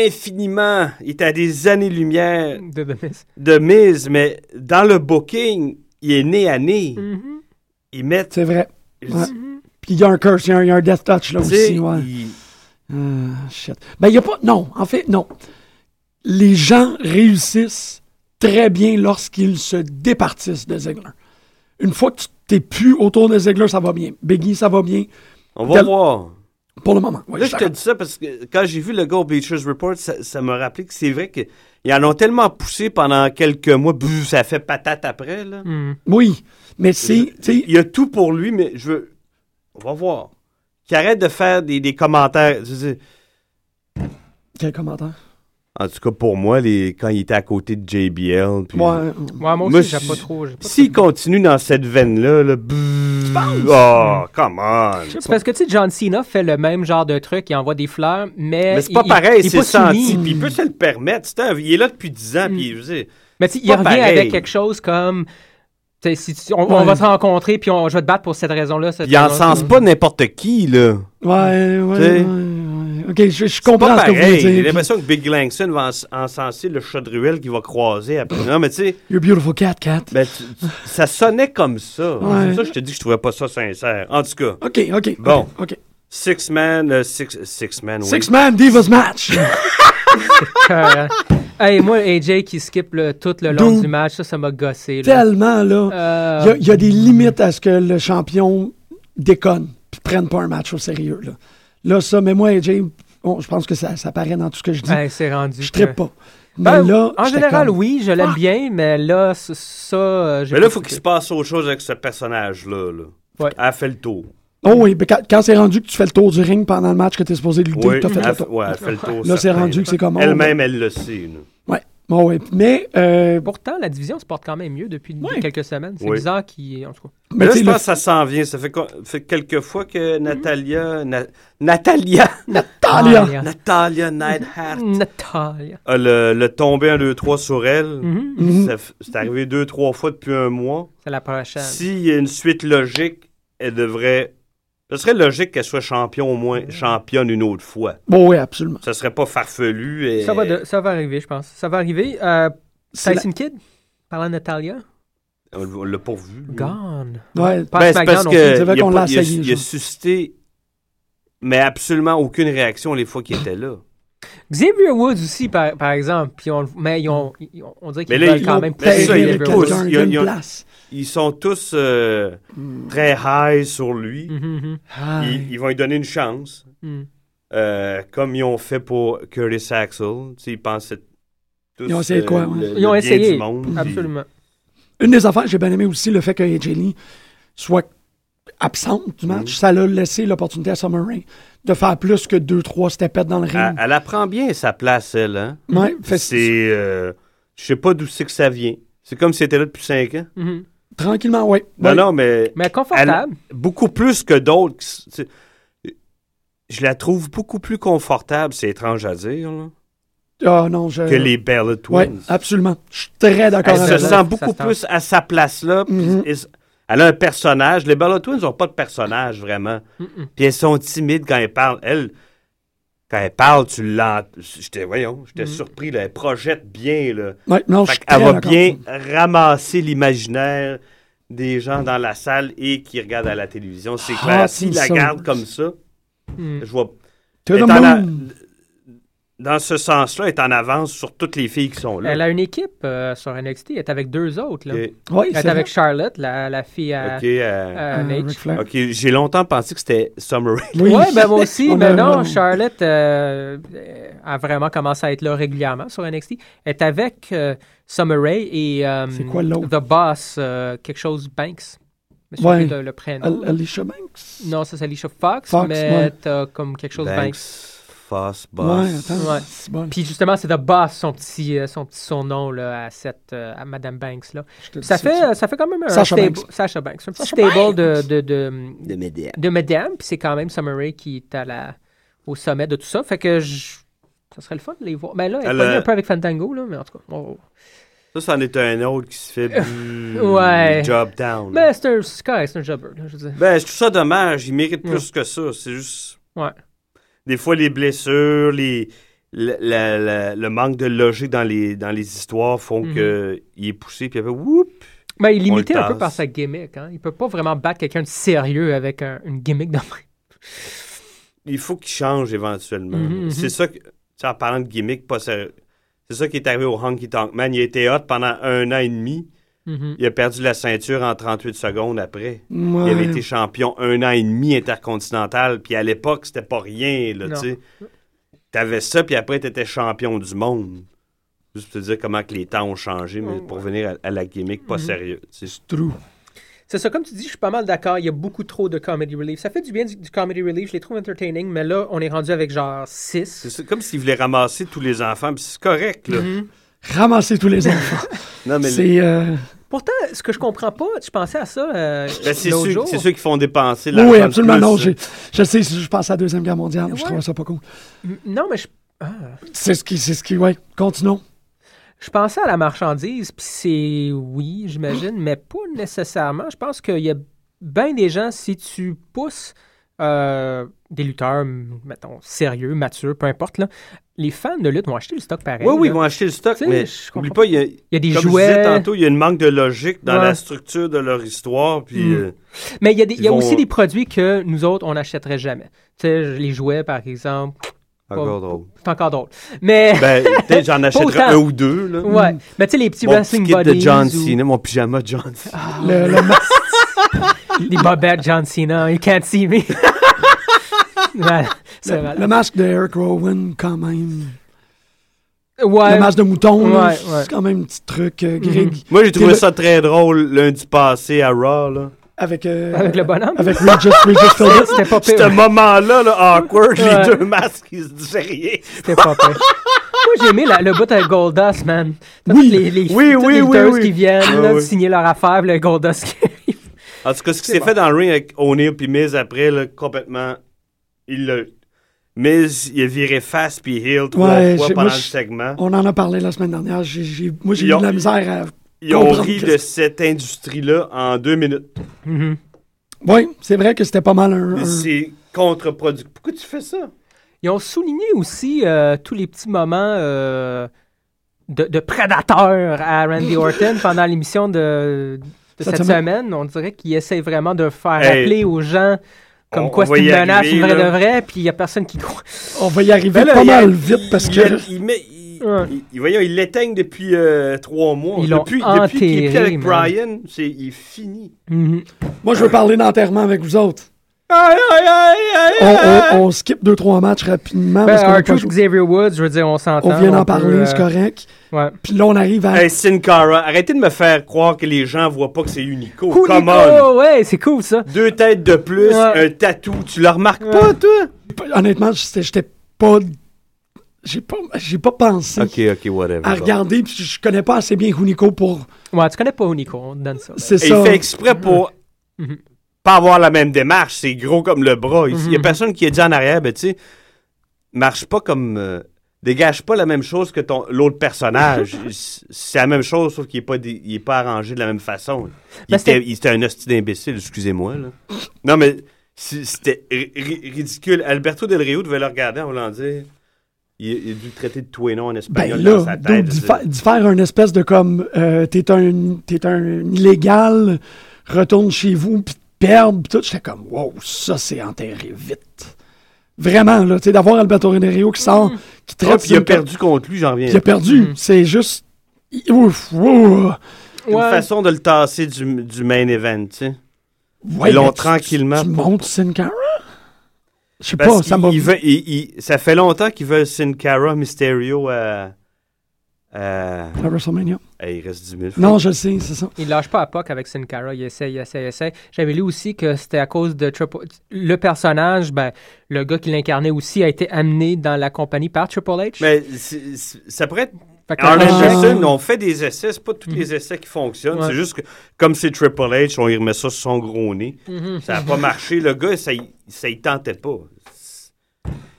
S5: infiniment, il est à des années-lumière
S4: De The Miz.
S5: de mise, mais dans le booking, il est né à nez. Ils mettent.
S3: C'est vrai.
S5: je
S3: Ouais.
S5: dis-
S3: Puis il y a un curse, il y a un- il y, a un death touch là
S5: tu sais,
S3: aussi. Ouais.
S5: il-
S3: Ah, shit. Ben, il n'y a pas. Non, en fait, non. Les gens réussissent très bien lorsqu'ils se départissent de Ziegler. Une fois que tu t'es plus autour de Ziegler, ça va bien. Biggie, ça va bien.
S5: On va
S3: Tel-
S5: voir.
S3: Pour le moment. Ouais,
S5: Là,
S3: je
S5: je te
S3: t'arrête.
S5: dis ça parce que quand j'ai vu le Go Bleachers Report, ça ça m'a rappelé que c'est vrai qu'ils en ont tellement poussé pendant quelques mois, bouh, ça fait patate après. Là.
S4: Mhm.
S3: Oui, mais c'est. tu sais,
S5: Il y a tout pour lui, mais je veux. On va voir. Qu'il arrête de faire des, des commentaires. Je veux dire,
S3: Quel commentaire?
S5: En tout cas, pour moi, les... quand il était à côté de JBL. puis-
S3: Moi, euh,
S4: Ouais, moi
S5: Moi,
S4: aussi, j'ai
S5: je-
S4: pas trop. j'ai pas
S5: S'il continue dans cette veine-là, là, bouh, Oh, come
S3: Euh,
S5: on!
S4: C'est parce que, tu sais, John Cena fait le même genre de truc, il envoie des fleurs, mais.
S5: Mais c'est
S4: il-
S5: pas
S4: il-
S5: pareil,
S4: il est
S5: c'est
S4: pas soumis.
S5: senti. Puis il peut se le permettre. C'est un- Il est là depuis 10
S3: Mm.
S5: ans, puis je veux dire,
S4: Mais tu sais, il
S5: pas
S4: revient
S5: pareil.
S4: avec quelque chose comme. tu sais, Si tu- on, on
S3: Ouais.
S4: va se rencontrer, puis on, je vais te battre pour cette raison-là. cette
S5: Puis il
S4: raison-là.
S5: encense pas n'importe qui, là.
S3: ouais, ouais, ouais,
S5: T'sais.
S3: ouais. Ok, je, je comprends
S5: pas
S3: ce que vous voulez
S5: pareil. J'ai
S3: dire.
S5: l'impression que Big Langston va ens- encenser le Chaudruel qui va croiser après. Non, mais tu sais,
S3: You're beautiful cat, cat.
S5: ben, tu- tu- ça sonnait comme ça.
S3: Ouais.
S5: C'est ça que je te dis que je trouvais pas ça sincère. En tout cas,
S3: Ok, ok.
S5: Bon.
S3: Ok. ok.
S5: Six Man, euh, six, six Man, oui.
S3: Six Man Divas Match.
S4: Cœur, hein. hey, moi, AJ qui skip le- tout le long
S3: Dude.
S4: du match, ça, ça m'a gossé. là.
S3: Tellement, là.
S4: Euh,
S3: Il y a- il y, a des limites à ce que le champion déconne puis prenne pas un match au sérieux, là. Là, ça, mais moi, AJ, bon, je pense que ça, ça paraît dans tout ce que je dis.
S4: hey, c'est rendu.
S3: je
S4: que-
S3: trippe pas.
S4: Ben,
S3: Mais là,
S4: en
S3: j'étais
S4: général,
S3: comme,
S4: oui, je l'aime
S3: Fuck.
S4: bien, mais là, c- ça. euh, j'ai
S5: Mais là,
S4: pas
S5: faut qu'il
S4: trippé.
S5: se passe autre chose avec ce personnage-là. Là.
S4: Ouais.
S5: Elle fait le tour.
S3: Oh oui, mais quand, quand c'est rendu que tu fais le tour du ring pendant le match que t'es supposé lutter,
S5: Oui,
S3: t'as fait
S5: elle,
S3: le
S5: fait-
S3: tour.
S5: ouais, elle fait le tour.
S3: Là, c'est
S5: certain,
S3: rendu
S5: là.
S3: que c'est comme. oh,
S5: Elle-même, elle le sait. là.
S3: Ouais. Oh, oui. Mais, euh,
S4: Pourtant, la division se porte quand même mieux depuis
S3: Ouais.
S4: quelques semaines. C'est
S5: Oui.
S4: bizarre qu'il. En tout cas.
S3: mais
S5: là,
S3: tu sais,
S5: je pense
S3: le-
S5: que ça s'en vient. Ça fait, quoi- fait quelques fois que Natalia... Na- Natalia...
S3: Talia.
S4: Talia.
S5: Natalia Neidhart
S4: Natalia.
S5: a le, le tombé 1, 2, 3 sur elle.
S4: Mhm.
S3: Mhm.
S5: Ça f- C'est arrivé deux, trois fois depuis un mois.
S4: C'est la prochaine.
S5: S'il y a une suite logique, elle devrait. Ce serait logique qu'elle soit champion au moins, championne une autre fois.
S3: Bon, Oh oui, absolument.
S5: Ça serait pas farfelu. Et...
S4: Ça, va de- ça va arriver, je pense. Ça va arriver. Euh,
S3: C'est la-
S4: Tyson Kidd, parlant de Natalia,
S5: On l- on l'a pas vu. lui.
S4: gone.
S3: Ouais,
S4: Pas
S5: Ben, c'est
S4: SmackDown
S5: parce
S4: non
S5: que
S4: plus.
S3: C'est vrai
S5: il a
S3: qu'on
S5: pas-
S3: l'a
S5: il a-
S3: essayé,
S5: Il a
S3: ça.
S5: suscité, mais absolument aucune réaction les fois qu'il était là.
S4: Xavier Woods aussi, par, par exemple. Puis on, mais ils ont, ils ont- on dirait
S5: Mais
S4: qu'ils
S5: là,
S4: veulent
S5: ils
S4: quand
S5: l'ont
S4: même
S5: Mais ça,
S4: pousser
S5: il
S3: il y a
S5: le
S4: Xavier Woods.
S5: pousse.
S3: quelqu'un,
S5: Il
S3: il
S5: y
S3: y
S5: a-
S3: a une
S5: il y a-
S3: place.
S5: Ils sont tous euh,
S4: Hmm.
S5: très high sur lui.
S4: Mhm, mhm.
S3: Ah,
S5: Ils, ils vont lui donner une chance.
S4: Mm.
S5: Euh, comme ils ont fait pour Curtis Axel. Tu sais, Ils pensaient tous,
S3: Ils ont essayé de quoi,
S5: euh,
S3: ouais.
S5: le- le
S4: Ils ont
S5: bien
S4: essayé.
S5: du monde, puis-
S4: Absolument.
S3: Une des affaires, j'ai bien aimé aussi le fait que AJ Lee soit absente du
S5: Mm.
S3: match. Ça l'a laissé l'opportunité à Summer Rae de faire plus que deux, trois stepettes dans le
S5: Elle,
S3: ring.
S5: elle apprend bien sa place, elle. Hein?
S3: Ouais, fait-
S5: Ah, C'est. euh, je sais pas d'où c'est que ça vient. C'est comme si elle était là depuis 5 ans.
S4: Mhm.
S3: Tranquillement, oui.
S5: Non, non, mais
S4: Mais confortable.
S5: beaucoup plus que d'autres. qui s- tu sais, euh, Je la trouve beaucoup plus confortable, c'est étrange à dire, là,
S3: Ah non, je...
S4: Euh,
S5: que les Bella
S3: Ouais,
S5: Twins.
S3: absolument. Je suis très d'accord
S5: elle
S3: avec
S5: se
S3: ça.
S5: sent beaucoup
S4: se Mm-hmm.
S5: plus à sa place là. puis
S3: Mhm.
S5: elle s- Elle a un personnage. Les Bella Twins n'ont pas de personnage vraiment.
S4: Mm-mm.
S5: Puis elles sont timides quand elles parlent. Elles, quand elles parlent, tu l'entends. J'étais, voyons, j'étais
S4: Mm-hmm.
S5: surpris. Là, elles projettent bien. Là.
S3: Ouais, non, je
S5: Fait
S3: suis
S5: qu'elle
S3: très
S5: va
S3: d'accord.
S5: bien ramasser l'imaginaire des gens dans la salle et qui regardent à la télévision. C'est
S3: Ah,
S5: clair.
S3: c'est
S5: S'ils la
S3: ça.
S5: gardent comme ça,
S4: Mm.
S5: je vois.
S3: To
S5: elle
S3: the
S5: est en a-
S3: moon.
S5: Dans ce sens-là, elle est en avance sur toutes les filles qui sont là.
S4: Elle a une équipe euh, sur NXT. Elle est avec deux autres. Là.
S5: OK.
S3: Ouais,
S4: Elle
S3: c'est
S4: est
S3: vrai.
S4: avec Charlotte, la, la fille à,
S5: OK, euh,
S4: à
S3: Euh,
S4: Nate.
S3: Ric Flair.
S5: OK, j'ai longtemps pensé que c'était Summer Rae.
S3: Oui.
S4: Ouais, ben moi aussi,
S3: On
S4: mais
S3: a-
S4: non,
S3: on-
S4: Charlotte euh, euh, a vraiment commencé à être là régulièrement sur NXT. Elle est avec euh, Summer Rae et euh,
S3: C'est quoi l'autre?
S4: The Boss, euh, quelque chose Banks. Monsieur
S3: Ouais.
S4: le, le prénom.
S3: Al- Alicia Banks?
S4: Non, ça c'est Alicia Fox,
S3: Fox,
S4: mais
S3: ouais.
S4: t'as comme quelque chose de
S5: Banks, Foss, Boss.
S3: Ouais, attends.
S4: Ouais.
S3: C'est bon.
S4: Puis justement, c'est The Boss, son petit, euh, son petit surnom là, à, cette, euh, à Madame Banks. Là.
S3: Je te dis
S4: Ça,
S3: tout de
S4: fait,
S3: suite.
S4: euh, ça fait quand même un
S3: Sasha
S4: stable.
S3: Banks.
S4: Sasha Banks. Un petit
S3: Sasha
S4: stable de,
S3: Banks.
S4: de, de,
S5: De Médéa.
S4: de Madame, puis c'est quand même Summeray qui est à la, au sommet de tout ça. Fait que je- ça serait le fun de les voir. Mais là, elle est
S5: Elle,
S4: pognée
S5: euh,
S4: un peu avec Fandango, là, mais en tout cas. on-
S5: Ça, c'en est un autre qui se fait du
S4: Ouais.
S5: job down.
S4: Mais c'est un Sky, c'est un jobber. là, je veux dire.
S5: Ben, je trouve ça dommage. Il mérite
S4: Hmm.
S5: plus que ça. C'est juste.
S4: Ouais.
S5: Des fois, les blessures, les, la- la- la- le manque de logique dans les, dans les histoires font
S4: Mhm.
S5: que il est poussé, puis il fait whoop.
S4: Mais Ben, il est
S5: On
S4: limité
S5: le
S4: un peu
S5: tasse.
S4: par sa gimmick. Hein. Il peut pas vraiment battre quelqu'un de sérieux avec un- une gimmick de
S5: Il faut qu'il change éventuellement.
S4: Mhm, mhm.
S5: C'est ça que. tu sais, en parlant de gimmick, pas sérieux. C'est ça qui est arrivé au Honky Tonk Man. Il a été hot pendant un an et demi.
S4: Mhm.
S5: Il a perdu la ceinture en 38 secondes après.
S3: Ouais.
S5: Il avait été champion un an et demi intercontinental, puis à l'époque, c'était pas rien, là,
S4: Non.
S5: tu sais. T'avais ça, puis après, t'étais champion du monde. Juste pour te dire comment que les temps ont changé,
S4: Oh,
S5: mais pour venir à, à la gimmick
S4: Mhm.
S5: pas sérieux. tu sais.
S3: True.
S4: C'est ça, comme tu dis, je suis pas mal d'accord. Il y a beaucoup trop de comedy relief. Ça fait du bien du, du comedy relief. Je les trouve entertaining, mais là, on est rendu avec genre 6.
S5: C'est ça, comme s'ils voulaient ramasser tous les enfants, puis c'est correct, là.
S4: Mhm.
S3: Ramasser tous les enfants.
S5: Non, mais
S3: C'est... euh,
S4: Pourtant, ce que je comprends pas, je pensais à ça euh,
S5: ben, c'est
S4: l'autre
S5: ceux,
S4: jour.
S5: c'est ceux qui font dépenser l'argent.
S3: Oui,
S5: le
S3: absolument.
S5: plus,
S3: Non,
S5: là.
S3: j'ai- je sais, je pense à la Deuxième Guerre mondiale. Je
S4: Ouais.
S3: trouve ça pas cool.
S4: M- Non, mais je, ah.
S3: C'est ce qui... C'est ce qui... Ouais, continuons.
S4: Je pensais à la marchandise, puis c'est oui, j'imagine, mais pas nécessairement. Je pense qu'il y a bien des gens, si tu pousses euh, des lutteurs, m- mettons, sérieux, matures, peu importe, là, les fans de lutte vont acheter le stock pareil.
S5: Oui, oui,
S4: là.
S5: ils vont acheter le stock,
S4: Tu sais,
S5: mais
S4: je comprends
S5: oublie pas, il y a,
S4: Il y a des
S5: comme je
S4: jouets.
S5: disais tantôt, il y a une manque de logique dans
S4: Ouais.
S5: la structure de leur histoire, puis...
S4: Mhm.
S5: euh,
S4: Mais il y a, des- il y a
S5: Ils vont-
S4: aussi des produits que nous autres, on n'achèterait jamais. Tu sais, les jouets, par exemple,
S5: encore
S4: Pas-
S5: drôle.
S4: c'est encore drôle. Mais,
S5: Ben, peut-être j'en achèterai
S4: autant.
S5: un ou deux, là.
S4: ouais. Mais tu sais, les petits
S5: mon
S4: wrestling
S5: petit kit
S4: buddies
S5: de John
S4: ou
S5: Cena, mon pyjama de John Cena.
S4: Ah,
S3: Le, le ma-
S4: les bobettes John Cena, you can't see me. Voilà, c'est
S3: le-
S4: malade.
S3: le masque de Eric Rowan, quand même.
S4: Ouais,
S3: Le masque de mouton, là,
S4: Ouais, ouais. Mhm.
S3: c'est quand même un petit truc euh, grig
S5: Moi, j'ai trouvé
S3: le-
S5: ça très drôle lundi passé à Raw, là.
S3: avec... euh,
S4: avec le bonhomme.
S3: Avec Regis, Regis Philbin.
S4: C'était pas
S5: Ce
S4: pire.
S5: moment-là, là, awkward,
S4: Ouais.
S5: les deux masques, ils se disaient rien.
S4: C'était pas pire. Moi, j'ai aimé la- le bout avec Goldust, man. T'as
S3: Oui.
S4: toutes les, les,
S5: Oui,
S4: toutes
S5: oui,
S4: les
S5: oui,
S4: lutteuses
S5: oui.
S4: qui viennent
S5: Ah,
S4: là,
S5: oui.
S4: signer leur affaire, puis le Goldust qui arrive.
S5: En tout cas, ce qui s'est fait dans le ring avec O'Neill puis Miz après, là, complètement, il l'a... Miz, il a viré face puis heel trois
S3: Ouais,
S5: fois
S3: j'ai-
S5: pendant
S3: moi,
S5: le
S3: je-
S5: segment.
S3: On en a parlé la semaine dernière. J'ai- j'ai- moi, j'ai
S5: Ils
S3: eu
S5: ont-
S3: de la misère
S5: Ils ont
S3: comprends
S5: ri
S3: que-
S5: de cette industrie-là en deux minutes.
S4: Mhm.
S3: à... Oui, c'est vrai que c'était pas mal un... un-
S5: C'est contre-productif. Pourquoi tu fais ça?
S4: Ils ont souligné aussi euh, tous les petits moments euh, de, de prédateur à Randy Orton pendant l'émission de, de
S3: Cette
S4: cette,
S3: semaine.
S4: semaine. On dirait qu'ils essaient vraiment de faire
S5: Hey.
S4: rappeler aux gens comme
S5: On-
S4: quoi
S5: on va
S4: c'est
S5: y
S4: une menace,
S5: arriver,
S4: une vraie
S5: là.
S4: de vraie, puis il n'y a personne qui croit.
S3: On va y arriver
S5: Ben là,
S3: pas
S5: il-
S3: mal vite parce
S5: il-
S3: que...
S5: Il, met- il-
S4: Ouais.
S5: il- il- voyons, il l'éteigne depuis euh, trois mois.
S4: Ils l'ont
S5: depuis, depuis qu'il
S4: enterré,
S5: est plus
S4: man.
S5: avec Brian, c'est, il est fini.
S4: Mhm.
S3: Moi, je veux parler d'enterrement avec vous autres.
S5: Aïe, aïe, aïe,
S3: On,
S5: aïe, aïe.
S3: on- on skip deux, trois matchs rapidement
S4: Ben,
S3: parce qu'on a pas
S4: R-Truth,
S3: joué.
S4: Xavier Woods, je veux dire, on s'entend.
S3: On vient d'en
S4: peut,
S3: parler,
S4: euh,
S3: c'est correct.
S4: ouais.
S3: Puis là, on arrive à...
S5: Hey, Sin Cara, arrêtez de me faire croire que les gens voient pas que c'est Unico.
S4: Cool,
S5: Come on.
S4: Nico! ouais, c'est cool ça.
S5: Deux têtes de plus,
S4: Ouais.
S5: un tatou. Tu le remarques
S4: Ouais.
S5: pas, toi?
S3: Honnêtement, j'étais j'étais pas... J'ai pas, j'ai pas pensé
S5: OK, whatever.
S3: à regarder. Puis je connais pas assez bien Hunico pour...
S4: Ouais, tu connais pas Nico, on te donne ça.
S3: C'est
S5: Et
S3: ça.
S5: il fait exprès pour
S4: Mhm.
S5: pas avoir la même démarche. C'est gros comme le bras. Il y a
S4: Mhm.
S5: personne qui a dit en arrière, ben, tu sais, marche pas comme. euh, dégage pas la même chose que ton l'autre personnage. C- C'est la même chose, sauf qu'il est pas, dé- il est pas arrangé de la même façon. Il,
S4: Ben, c'était-
S5: était, il était un hostile d'imbécile, excusez-moi. là. Non, mais c- c'était ri- ri- ridicule. Alberto Del Rio devait le regarder en voulant dire. Il, il a dû le traiter de tout et non en
S3: Ben
S5: espagnol dans
S3: là,
S5: sa
S3: donc,
S5: tête.
S3: d'y fa- d'y faire une espèce de comme, euh, t'es un, t'es un illégal, retourne chez vous, puis te perdre, puis tout. J'étais comme, wow, ça, c'est enterré vite. Vraiment, là, tu sais, d'avoir Alberto Del Rio qui sort,
S4: Mm.
S3: qui
S5: Ah,
S3: traite...
S5: puis il a
S3: sur-
S5: perdu contre lui, j'en reviens.
S3: Puis il a perdu. C'est juste... i- Ouf, wow.
S5: une
S4: Ouais.
S5: façon de le tasser du, du main event, tu sais.
S3: Ouais,
S5: Ils l'ont
S3: mais tu-
S5: tranquillement-
S3: Tu, montes Sin Cara? Je sais pas,
S5: Parce
S3: ça m'a...
S5: qu'il- il veut- il- il- ça fait longtemps qu'ils veulent Sin Cara Mysterio à, Euh,
S3: à WrestleMania.
S5: hey, il reste 10 000.
S3: Non, je le sais, c'est ça.
S4: Il lâche pas à Puck avec Sin Cara, il essaie, il essaie, il essaie. J'avais lu aussi que c'était à cause de Triple... Le personnage, ben, le gars qui l'incarnait aussi a été amené dans la compagnie par Triple H.
S5: Mais c'est- c'est- ça pourrait être.
S4: Fait que
S5: En
S4: le-
S5: Anderson, on fait des essais, c'est pas tous les essais qui fonctionnent.
S4: Ouais.
S5: C'est juste que, comme c'est Triple H, on y remet ça sur son gros nez. Ça n'a pas marché. Le gars, ça y, ça y tentait pas.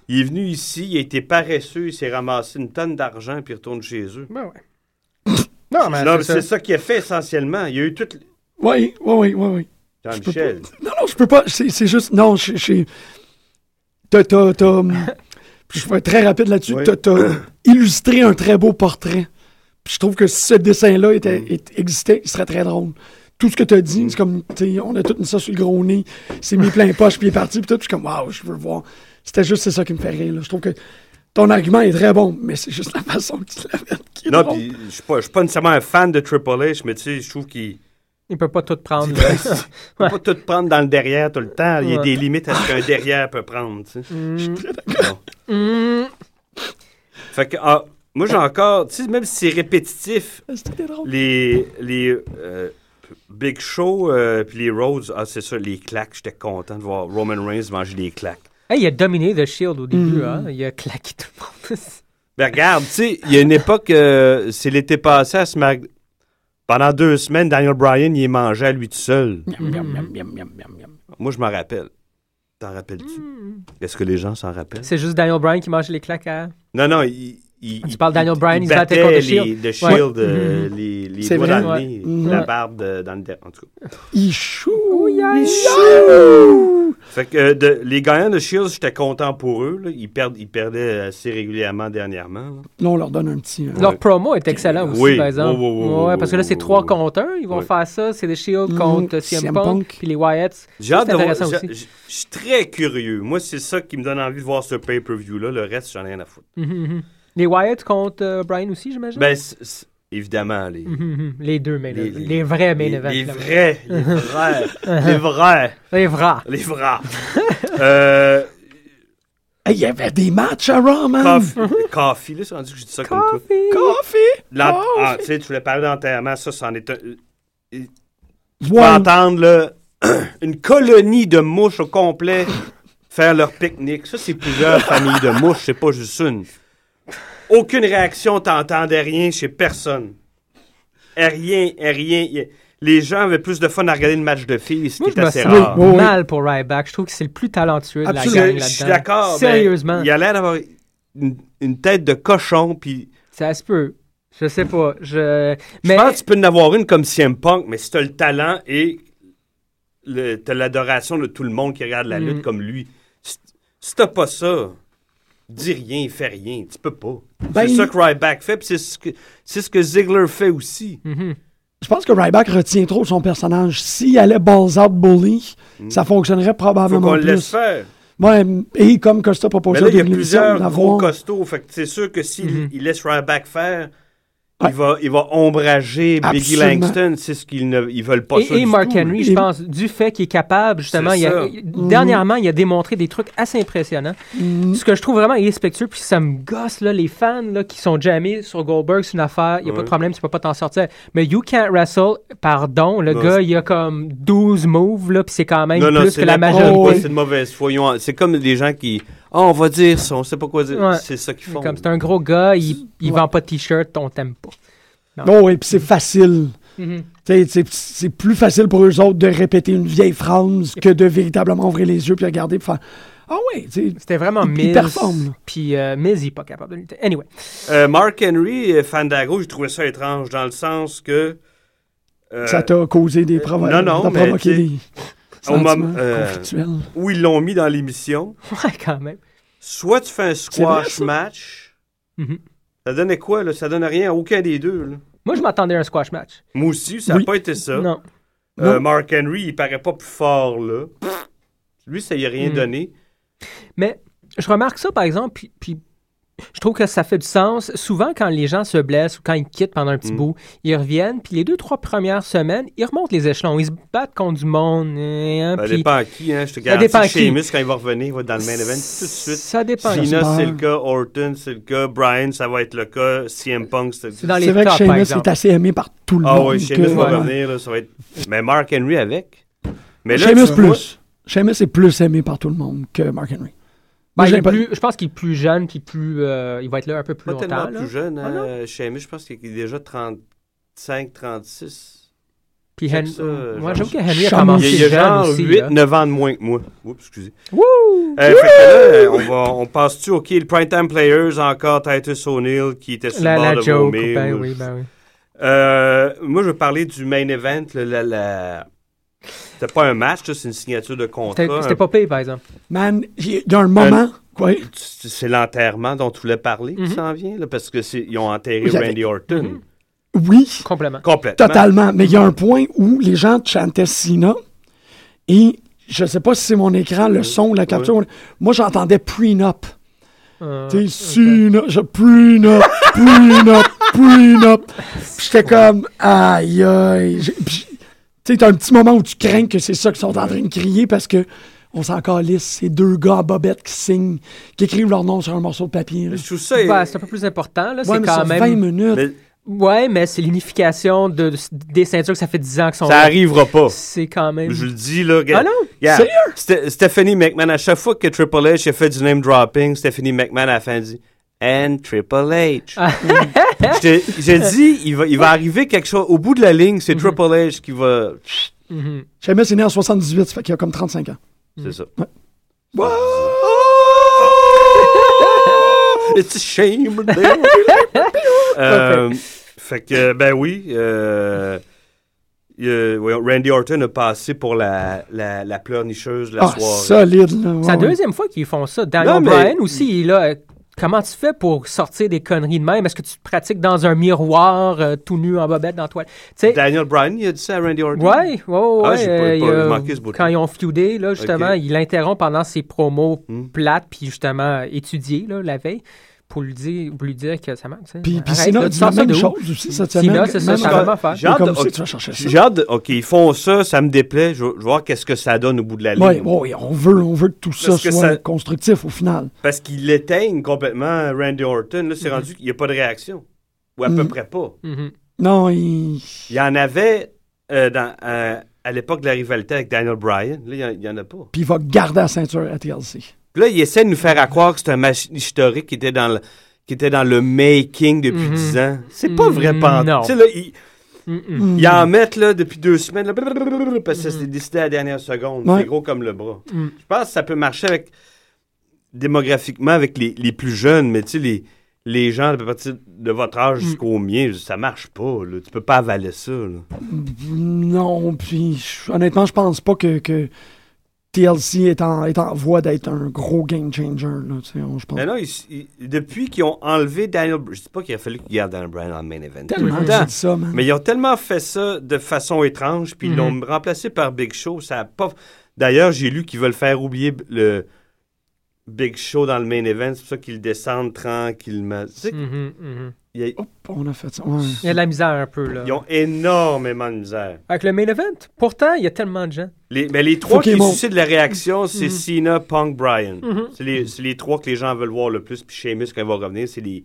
S5: Il est venu ici, il a été paresseux, il s'est ramassé une tonne d'argent, puis il retourne chez eux.
S4: Ben ouais. non, mais
S5: Non, mais
S4: c'est
S5: c'est
S4: ça.
S5: ça qu'il a fait essentiellement. Il y a eu tout. le-
S3: Oui, oui, oui, oui, oui.
S5: Jean-Michel.
S3: Non, non, je peux pas. C'est c'est juste. Non, je je- T'as. t'as- t'as- Je vais être très rapide là-dessus.
S5: Oui.
S3: T'as- T'as illustré un très beau portrait. Puis je trouve que si ce dessin-là était,
S5: Mm.
S3: est- existait, il serait très drôle. Tout ce que t'as dit, c'est comme. t'sais, On a tout mis ça sur le gros nez. C'est mis plein poche, puis il est parti. Puis tout. Puis je suis comme, waouh, je veux voir. C'était juste c'est ça qui me fait rire. là. Je trouve que ton argument est très bon, mais c'est juste la façon que tu l'amènes qui est
S5: Non,
S3: drôle.
S5: puis je suis pas, je suis pas nécessairement un fan de Triple H, mais tu sais, je trouve qu'il
S4: Il peut pas tout prendre. là.
S5: faut pas tout prendre dans le derrière tout le temps. Il y a
S4: Ouais.
S5: des limites à ce qu'un derrière peut prendre. tu sais. Bon.
S4: Mm.
S5: Fait que, ah, moi, j'ai encore, tu sais, même si c'est répétitif,
S3: C'était Ah, drôle.
S5: les, les euh, Big Show euh, puis les Rhodes, ah, c'est ça, les claques, j'étais content de voir Roman Reigns manger des claques.
S4: Hey, il a dominé The Shield au début, hein. Il a claqué tout le monde.
S5: Ben, regarde, tu sais, il y a une époque, euh, c'est l'été passé à Smack. Pendant deux semaines, Daniel Bryan, il est mangé à lui tout seul. Moi, je m'en rappelle. T'en rappelles-tu?
S4: Mm.
S5: Est-ce que les gens s'en rappellent?
S4: C'est juste Daniel Bryan qui mange les claques à.
S5: Non, non, il. il
S4: Ah, Tu
S5: il-
S4: parles Daniel Bryan, il se battait contre
S5: battait
S4: The Shield. Mm-hmm.
S5: les, The Shield, euh, les, les
S3: C'est
S5: doigts
S3: vrai,
S5: dans le
S4: ouais.
S5: nez,
S3: Mhm.
S5: la
S4: Ouais.
S5: barbe de- dans le derrière. En tout cas.
S3: Ichou!
S5: Fait que euh, de- les gagnants de Shield, j'étais content pour eux. là. Ils, perdent, ils perdaient assez régulièrement dernièrement. là.
S3: Là, on leur donne un petit. euh,
S4: Leur promo est excellent aussi,
S5: Oui,
S4: par exemple.
S5: oui, oui, oui,
S4: ouais,
S5: oui,
S4: parce que
S5: oui,
S4: là, c'est
S5: oui,
S4: trois
S5: oui.
S4: contre un. Ils vont
S5: Oui.
S4: faire ça. C'est The Shield
S3: Mhm,
S4: contre CM
S3: CM
S4: Punk,
S3: Punk.
S4: puis les Wyatts.
S5: J'ai hâte
S4: C'est
S5: de voir.
S4: intéressant
S5: j'ai-
S4: aussi.
S5: j'- Je suis très curieux. Moi, c'est ça qui me donne envie de voir ce pay-per-view-là. Le reste, j'en ai rien à foutre.
S4: Mhm, mhm. Les Wyatts contre euh, Bryan aussi, j'imagine.
S5: Ben, c'est- c'est- évidemment, les,
S4: Mhm, Ben, mhm. Les deux main
S5: Les-
S4: events.
S5: les-
S4: Les vrais main
S5: les,
S4: events.
S5: les
S4: là.
S5: vrais, les vrais, les vrais,
S4: Les vrais.
S5: les vrais. Euh,
S3: Hey, il y avait des matchs à Raw, man!
S5: coffee, coffee, là, c'est rendu que je dis ça comme toi.
S3: Coffee!
S5: L'ent-
S3: Coffee.
S5: ah, tu sais, tu voulais parler d'enterrement, ça, c'en est un. Tu
S3: Ouais.
S5: peux entendre là, une colonie de mouches au complet faire leur pique-nique. Ça, c'est plusieurs familles de mouches, c'est pas juste une. Aucune réaction, t'entendais rien chez personne. Eh, Rien, rien. Y- Les gens avaient plus de fun à regarder le match de filles,
S4: Moi,
S5: c'était
S4: je me
S5: assez
S4: sens
S5: rare.
S3: Oui, oui.
S4: mal pour Ryback. Je trouve que c'est le plus talentueux de la gang
S5: Je-
S4: là-dedans.
S5: Je suis d'accord. mais
S4: Sérieusement.
S5: Il a l'air d'avoir une, une tête de cochon, puis
S4: Ça se peut. Je sais pas. Je,
S5: Je pense que tu peux en avoir une comme CM Punk, mais si t'as le talent et le- t'as l'adoration de tout le monde qui regarde la lutte comme lui, si, si t'as pas ça, dis rien, fais rien, tu peux pas.
S3: Ben-
S5: c'est ça que Ryback fait, puis c'est ce que, c'est ce que Ziggler fait aussi.
S4: Mm-hmm.
S3: Je pense que Ryback retient trop son personnage. S'il allait balls out bully, ça fonctionnerait
S5: Mm.
S4: Ah,
S5: Faut
S3: probablement
S5: qu'on le laisse
S3: plus.
S5: faire.
S3: Ouais, et comme Costa
S5: Mais
S3: proposait
S5: là,
S3: au
S5: il y a
S3: début de l'émission,
S5: plusieurs gros
S3: d'avoir- Mhm.
S5: costauds, fait que c'est sûr que s'il il laisse Ryback faire,
S3: Ouais.
S5: il, va, il va ombrager Biggie
S3: Absolument.
S5: Langston, c'est ce qu'ils ne ils veulent pas ça
S4: Et, et
S5: du
S4: Mark
S5: tout.
S4: Henry,
S3: là.
S4: je
S3: Et-
S4: pense, du fait qu'il est capable, justement,
S5: C'est
S4: il a-
S5: ça.
S4: il- dernièrement, il a démontré des trucs assez impressionnants.
S5: Mm-hmm.
S4: Ce que je trouve vraiment irrespectueux, puis ça me gosse, là, les fans là, qui sont jammés sur Goldberg, c'est une affaire, il n'y a pas
S5: Ouais.
S4: de problème, tu peux pas t'en sortir. Mais You Can't Wrestle, pardon, le
S5: Non,
S4: gars,
S5: c'est-
S4: il a comme 12 moves, là, puis c'est quand même
S5: Non, non,
S4: plus
S5: c'est
S4: que la
S5: n'importe
S4: majorité.
S5: quoi,
S3: Oui.
S5: C'est de mauvaise foi. Ils ont- C'est comme les gens qui. Ah, on va dire ça, on sait pas quoi dire.
S4: Ouais.
S5: C'est ça qu'ils font.
S4: Comme c'est un gros gars, il, il vend pas de t-shirt, on t'aime pas.
S3: Oh, oui, puis c'est facile.
S4: Mm-hmm.
S3: T'sais, t'sais, pis C'est plus facile pour eux autres de répéter une vieille phrase que de véritablement ouvrir les yeux puis regarder puis faire Ah ouais, tu
S4: C'était vraiment
S3: Il- il
S4: Miz.
S3: performe, là.
S4: Puis euh, Miz, il est pas capable de lutter. Anyway.
S5: Euh, Mark Henry, euh, Fandago, j'ai trouvé ça étrange dans le sens que. euh,
S3: ça t'a causé des problèmes.
S5: non, non,
S3: T'as
S5: mais
S3: provoqué
S5: t'sais,
S3: des
S5: au
S3: sentiments
S5: moment- euh,
S3: conflictuels.
S5: où ils l'ont mis dans l'émission,
S4: Ouais, quand même.
S5: soit tu fais un squash
S3: vrai, ça.
S5: match.
S4: Mhm.
S5: Ça donnait quoi, là Ça donnait rien à aucun des deux, là.
S4: Moi, je m'attendais à un squash match.
S5: Moi aussi, ça n'a
S3: Oui.
S5: pas été ça.
S4: Non.
S5: Euh,
S3: Non.
S5: Mark Henry, il paraît pas plus fort, là. Lui, ça y a rien
S4: Mm.
S5: donné.
S4: Mais je remarque ça, par exemple, puis, puis Je trouve que ça fait du sens. Souvent, quand les gens se blessent ou quand ils quittent pendant un petit
S5: Mm.
S4: bout, ils reviennent, puis les deux, trois premières semaines, ils remontent les échelons. Ils se battent contre du monde. euh, hein,
S5: Ça
S4: puis-
S5: dépend à qui, hein. Je te
S4: dépend à
S5: garantis,
S4: qui.
S5: Sheamus, quand il va revenir, il va être dans le main event tout de suite.
S4: Ça dépend.
S5: Cena,
S3: j'espère.
S5: c'est le cas. Orton, c'est le cas. Brian, ça va être le cas. CM Punk, c'est le
S4: C'est
S5: cas.
S4: dans les
S3: C'est vrai que
S4: tops, par
S3: Sheamus
S4: exemple.
S3: est
S4: Ben,
S3: assez aimé par tout le
S5: Ah
S3: monde.
S5: oui,
S3: que-
S5: Sheamus va
S3: Ouais.
S5: revenir. là, ça va être... Mais Mark Henry avec. Mais là,
S3: Sheamus
S5: tu vois-
S3: plus. Sheamus est plus aimé par tout le monde que Mark Henry.
S4: Ben,
S3: Moi,
S4: il est
S3: j'ai pas-
S4: plus- je pense qu'il est plus jeune, puis plus, euh, il va être là un peu plus
S5: Pas
S4: longtemps.
S5: tellement
S4: là.
S5: plus jeune.
S4: Ah, non.
S5: hein, Sheamus, je pense qu'il est déjà 35, 36.
S4: Puis
S5: Check
S4: Hen-
S5: ça,
S4: moi,
S5: genre.
S4: j'avoue que Henry a
S3: Chamou-
S5: Il y a,
S4: commencé
S5: il y a
S4: Ah, jeune
S5: genre
S4: aussi.
S5: 8,
S4: là.
S5: 9 ans de moins que moi. Oups, excusez. Euh, fait que là, on, va, on passe-tu, OK, le Primetime Players, encore Titus O'Neill qui était sur
S4: La,
S5: le bord
S4: la
S5: de
S4: joke,
S5: vomir.
S4: ben oui, ben oui.
S5: Euh, moi, je veux parler du main event. là, la, la- C'était pas un match, là, c'est une signature de contrat.
S4: C'était- C'était pas pire, par exemple.
S3: Man, il y a un
S4: Euh,
S3: moment. quoi,
S5: Un- C'est l'enterrement dont tu voulais parler qui
S4: Mhm.
S5: s'en vient, là, parce que c'est- ils ont enterré
S3: Vous avez-
S5: Randy Orton.
S4: Mhm.
S3: Oui,
S4: Complètement.
S5: Complètement.
S3: totalement. Mais il y a un point où les gens chantaient Sina et je sais pas si c'est mon écran, le son, la capture. Moi, j'entendais prenup.
S4: Euh,
S3: T'es Sina, je prenup, prenup, prenup. Puis J'étais comme, aïe, aïe. J'ai- puis j'ai- Tu sais, t'as un petit moment où tu crains que c'est ça qu'ils sont en train de crier parce que on s'en calisse. C'est deux gars à bobette qui signent, qui écrivent leur nom sur un morceau de papier. là.
S5: Je trouve ça.
S4: ben, c'est un peu plus important, là.
S3: Ouais,
S4: c'est
S3: mais
S4: quand
S3: sur 20
S4: même.
S3: minutes.
S5: mais
S4: Ouais, mais c'est l'unification de, des ceintures que ça fait 10 ans que sont.
S5: ça
S4: là.
S5: arrivera pas.
S4: C'est quand même.
S5: Je le dis, là.
S4: Ah
S5: regarde-
S4: non!
S5: regarde, Ste- Stephanie McMahon, à chaque fois que Triple H a fait du name dropping, Stephanie McMahon à la fin dit And Triple H.
S4: Ah.
S5: Je te- J'ai dit, il va, il va arriver quelque chose. Au bout de la ligne, c'est
S4: Mhm.
S5: Triple H qui va.
S4: Mhm.
S3: Sheamus est né en 78, ça fait qu'il a comme 35 ans.
S5: C'est ça.
S3: Ouais.
S5: It's a shame. Euh, fait que, ben oui. euh, euh, voyons, Randy Orton a passé pour la, la, la pleurnicheuse de la
S3: Ah,
S5: soirée.
S3: solide, là. ouais,
S4: C'est la
S3: ouais.
S4: deuxième fois qu'ils font ça. Daniel
S5: Non, mais-
S4: Bryan aussi, il est là. euh, Comment tu fais pour sortir des conneries de même? Est-ce que tu te pratiques dans un miroir euh, tout nu en bobette dans la toile? Tu sais,
S5: Daniel Bryan, il a dit ça à Randy Orton.
S4: Ouais, ouais, ouais.
S5: Ah, j'ai pas-
S4: euh,
S5: pas
S4: il, euh,
S5: remarqué ce bout-là.
S4: quand ils ont feudé, là, justement,
S5: Ok.
S4: il interrompt pendant ses promos
S5: Hmm.
S4: plates, puis justement euh, étudiées, là, la veille, pour lui dire, pour lui dire que ça manque. tu sais.
S3: Puis, puis
S4: Arrête,
S3: sinon,
S4: là,
S3: il
S4: tu
S3: y a
S4: sors
S3: la
S4: ça
S3: même
S4: de où?
S3: chose aussi cette
S4: Sinon,
S3: semaine.
S4: c'est ça,
S3: Même
S4: ça
S3: affaire.
S4: va même affaire.
S5: J'ai hâte
S3: Comme
S5: de-
S3: ça,
S5: ok.
S3: tu vas chercher ça.
S5: J'ai hâte de- OK, ils font ça, ça me déplaît. Je, veux je veux voir qu'est-ce que ça donne au bout de la ligne.
S3: Ouais, ouais, on veut, on veut que tout ça
S5: Parce que
S3: soit
S5: ça-
S3: constructif au final.
S5: Parce qu'il l'éteignent complètement, Randy Orton. Là,
S4: Mm-hmm.
S5: c'est rendu qu'il n'y a pas de réaction. Ou à peu
S3: Mhm.
S5: près pas.
S4: Mhm.
S3: Non, il...
S5: Il y en avait euh, dans, euh, à l'époque de la rivalité avec Daniel Bryan. Là, il y en- il n'y en, a pas.
S3: puis il va garder la ceinture à TLC.
S5: Puis là, il essaie de nous faire à croire que c'est un match historique qui était dans le, qui était dans le making depuis
S4: Mhm.
S5: 10 ans. C'est pas vrai,
S4: Mhm,
S5: pas
S4: non.
S5: Tu sais, là, il-
S4: Mhm.
S3: Mm.
S5: Ils en mettent là, depuis deux semaines, là, blablabla, parce que c'est décidé à la dernière seconde.
S3: Ouais.
S5: C'est gros comme le bras.
S4: Mm.
S5: Je pense que ça peut marcher avec démographiquement avec les, les plus jeunes, mais tu sais, les, les gens à partir de votre
S3: Mm.
S5: âge jusqu'au mien, ça marche pas. Là. Tu peux pas avaler ça. là.
S3: Non, puis je- honnêtement, je pense pas que, que TLC est en, est en voie d'être un gros game changer. Là, tu sais, on- je pense.
S5: Mais non, ils- ils- depuis qu'ils ont enlevé Daniel Bryan, je dis pas qu'il a fallu qu'ils gardent Daniel Bryan en main event.
S3: Tellement
S5: Tout le
S3: que j'ai
S5: temps.
S3: dit ça, man.
S5: Mais ils ont tellement fait ça de façon étrange, puis ils
S4: Mhm.
S5: l'ont remplacé par Big Show. Ça a pas. D'ailleurs, j'ai lu qu'ils veulent faire oublier b- le Big Show dans le main event. C'est pour ça qu'ils descendent tranquillement. Tu sais,
S4: Mhm, mhm.
S5: il y a-
S3: Hop, on a fait ça. ouais.
S4: Il y a de la misère un peu, là.
S5: ils ont énormément de misère.
S4: Avec le main event, pourtant, il y a tellement de gens.
S5: Les, mais les trois
S3: qu'ils
S5: qui
S3: montent.
S5: suscitent la réaction, c'est
S4: Mhm.
S5: Cena, Punk, Bryan.
S4: Mhm.
S5: C'est les, c'est les trois que les gens veulent voir le plus. Puis Sheamus, quand il va revenir, c'est les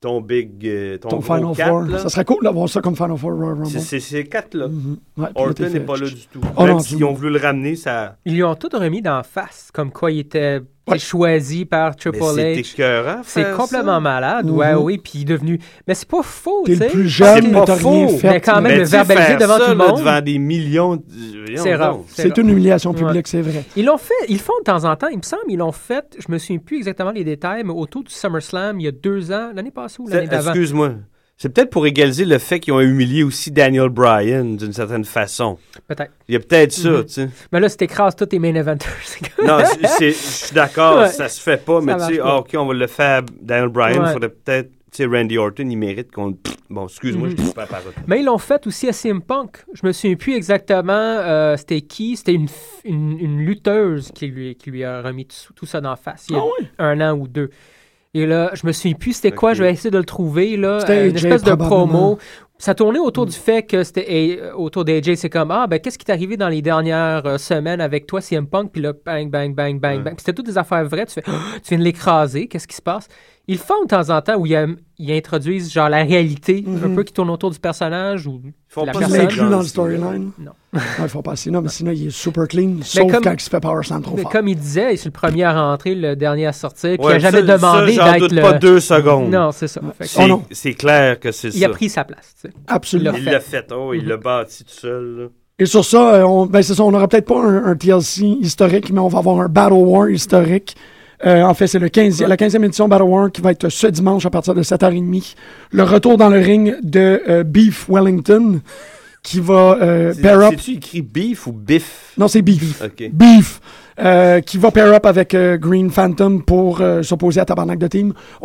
S5: ton big, euh, ton,
S3: Ton
S5: gros
S3: Final
S5: quatre,
S3: Four.
S5: là.
S3: Ça serait cool d'avoir ça comme Final Four Royal Rumble.
S5: C'est c'est ces quatre là.
S3: Mhm. Ouais, puis là, t'es
S5: Orton
S3: fait.
S5: n'est pas là du tout.
S3: Oh
S5: Même
S3: non,
S5: s'ils
S3: absolument.
S5: ont voulu le ramener, ça.
S4: Ils lui ont tout remis d'en face, comme quoi il était
S3: Ouais.
S4: choisi par Triple
S5: Mais c'est
S4: H.
S5: écœurant.
S4: C'est
S5: faire
S4: complètement
S5: ça.
S4: malade, ouais,
S3: Mhm.
S4: oui, puis il est devenu. Mais c'est pas faux, tu
S3: T'es
S4: sais.
S3: le plus jeune,
S5: C'est
S3: mais
S5: pas
S3: t'as rien
S5: faux,
S3: fait.
S4: mais quand
S3: là.
S4: même,
S5: Mais
S4: le
S5: tu sais,
S4: verbaliser
S5: faire
S4: devant
S5: ça,
S4: tout le
S5: là,
S4: monde.
S5: devant des millions. de- euh, voyons
S4: C'est rare.
S5: donc.
S3: C'est une humiliation
S4: Ouais.
S3: publique, c'est vrai.
S4: Ils l'ont fait, ils le font de temps en temps, il me semble, ils l'ont fait, je me souviens plus exactement les détails, mais autour du SummerSlam, il y a deux ans, l'année passée ou l'année
S5: C'est-
S4: d'avant.
S5: Excuse-moi. C'est peut-être pour égaliser le fait qu'ils ont humilié aussi Daniel Bryan d'une certaine façon.
S4: Peut-être.
S5: Il y a peut-être ça,
S4: Mhm.
S5: tu sais.
S4: Mais là, si t'écrases tous tes main eventers, c'est comme-
S5: Non, c'est- c'est- je suis d'accord,
S4: Ouais.
S5: ça se fait pas, mais
S4: marche
S5: tu sais,
S4: pas.
S5: ah, OK, on va le faire à Daniel Bryan, il
S4: Ouais.
S5: faudrait peut-être, tu sais, Randy Orton, il mérite qu'on... Pff, Bon, excuse-moi,
S4: Mhm.
S5: je ne pas la parole.
S4: Mais ils l'ont fait aussi à CM Punk. Je me souviens plus exactement euh, c'était qui. C'était une, f-
S3: Ah
S4: une, une lutteuse qui lui, qui lui a remis tout, tout ça d'en face. Il y a un an ou deux. Et là, je me souviens plus c'était quoi,
S5: Ok.
S4: je vais essayer de le trouver. Là,
S3: C'était
S4: Euh, une
S3: AJ,
S4: espèce de promo.
S3: probablement. Mm.
S4: Ça tournait autour du fait que c'était eh, autour d'AJ, c'est comme Ah, ben qu'est-ce qui t'est arrivé dans les dernières euh, semaines avec toi, CM Punk, puis là, bang, bang, bang, bang, bang. Puis c'était toutes des affaires vraies, tu fais Ah, Tu viens de l'écraser, qu'est-ce qui se passe Ils le font de temps en temps où ils, euh, ils introduisent genre la réalité, un peu qui tourne autour du personnage ou
S5: font
S4: la
S5: pas
S3: Ils
S4: personne.
S5: l'inclus
S3: l'incluent dans
S5: dans
S3: le
S5: le
S3: storyline.
S4: Non.
S3: Non, ils font pas assez. Non, mais sinon, il est super clean, sauf
S4: comme-
S3: quand il se fait power slam trop
S4: Mais
S3: fort.
S4: comme il disait, c'est le premier à rentrer, le dernier à sortir, puis
S5: Ouais,
S4: il n'a jamais
S5: ça-
S4: demandé
S5: ça, j'en
S4: d'être
S5: doute
S4: le.
S5: pas deux secondes.
S4: Non, c'est ça. Fait que
S5: C'est-
S3: Oh non.
S5: C'est clair que c'est ça.
S4: il a pris sa place. tu sais.
S3: Absolument.
S5: Il l'a fait. Oh, il
S4: Mhm.
S5: l'a bâti tout seul. là.
S3: Et sur ça, euh, on, ben c'est ça, on n'aura peut-être pas un, un TLC historique, mais on va avoir un Battle War historique. Euh, en fait, c'est le 15, la 15e édition Battle War qui va être ce dimanche à partir de 7h30. Le retour dans le ring de euh, Beef Wellington qui va euh,
S5: C'est-
S3: pair up.
S5: C'est-tu écrit beef ou biff?
S3: Non, c'est Beef.
S5: OK.
S3: Beef, euh, qui va pair up avec euh, Green Phantom pour euh, s'opposer à Tabarnak de Team.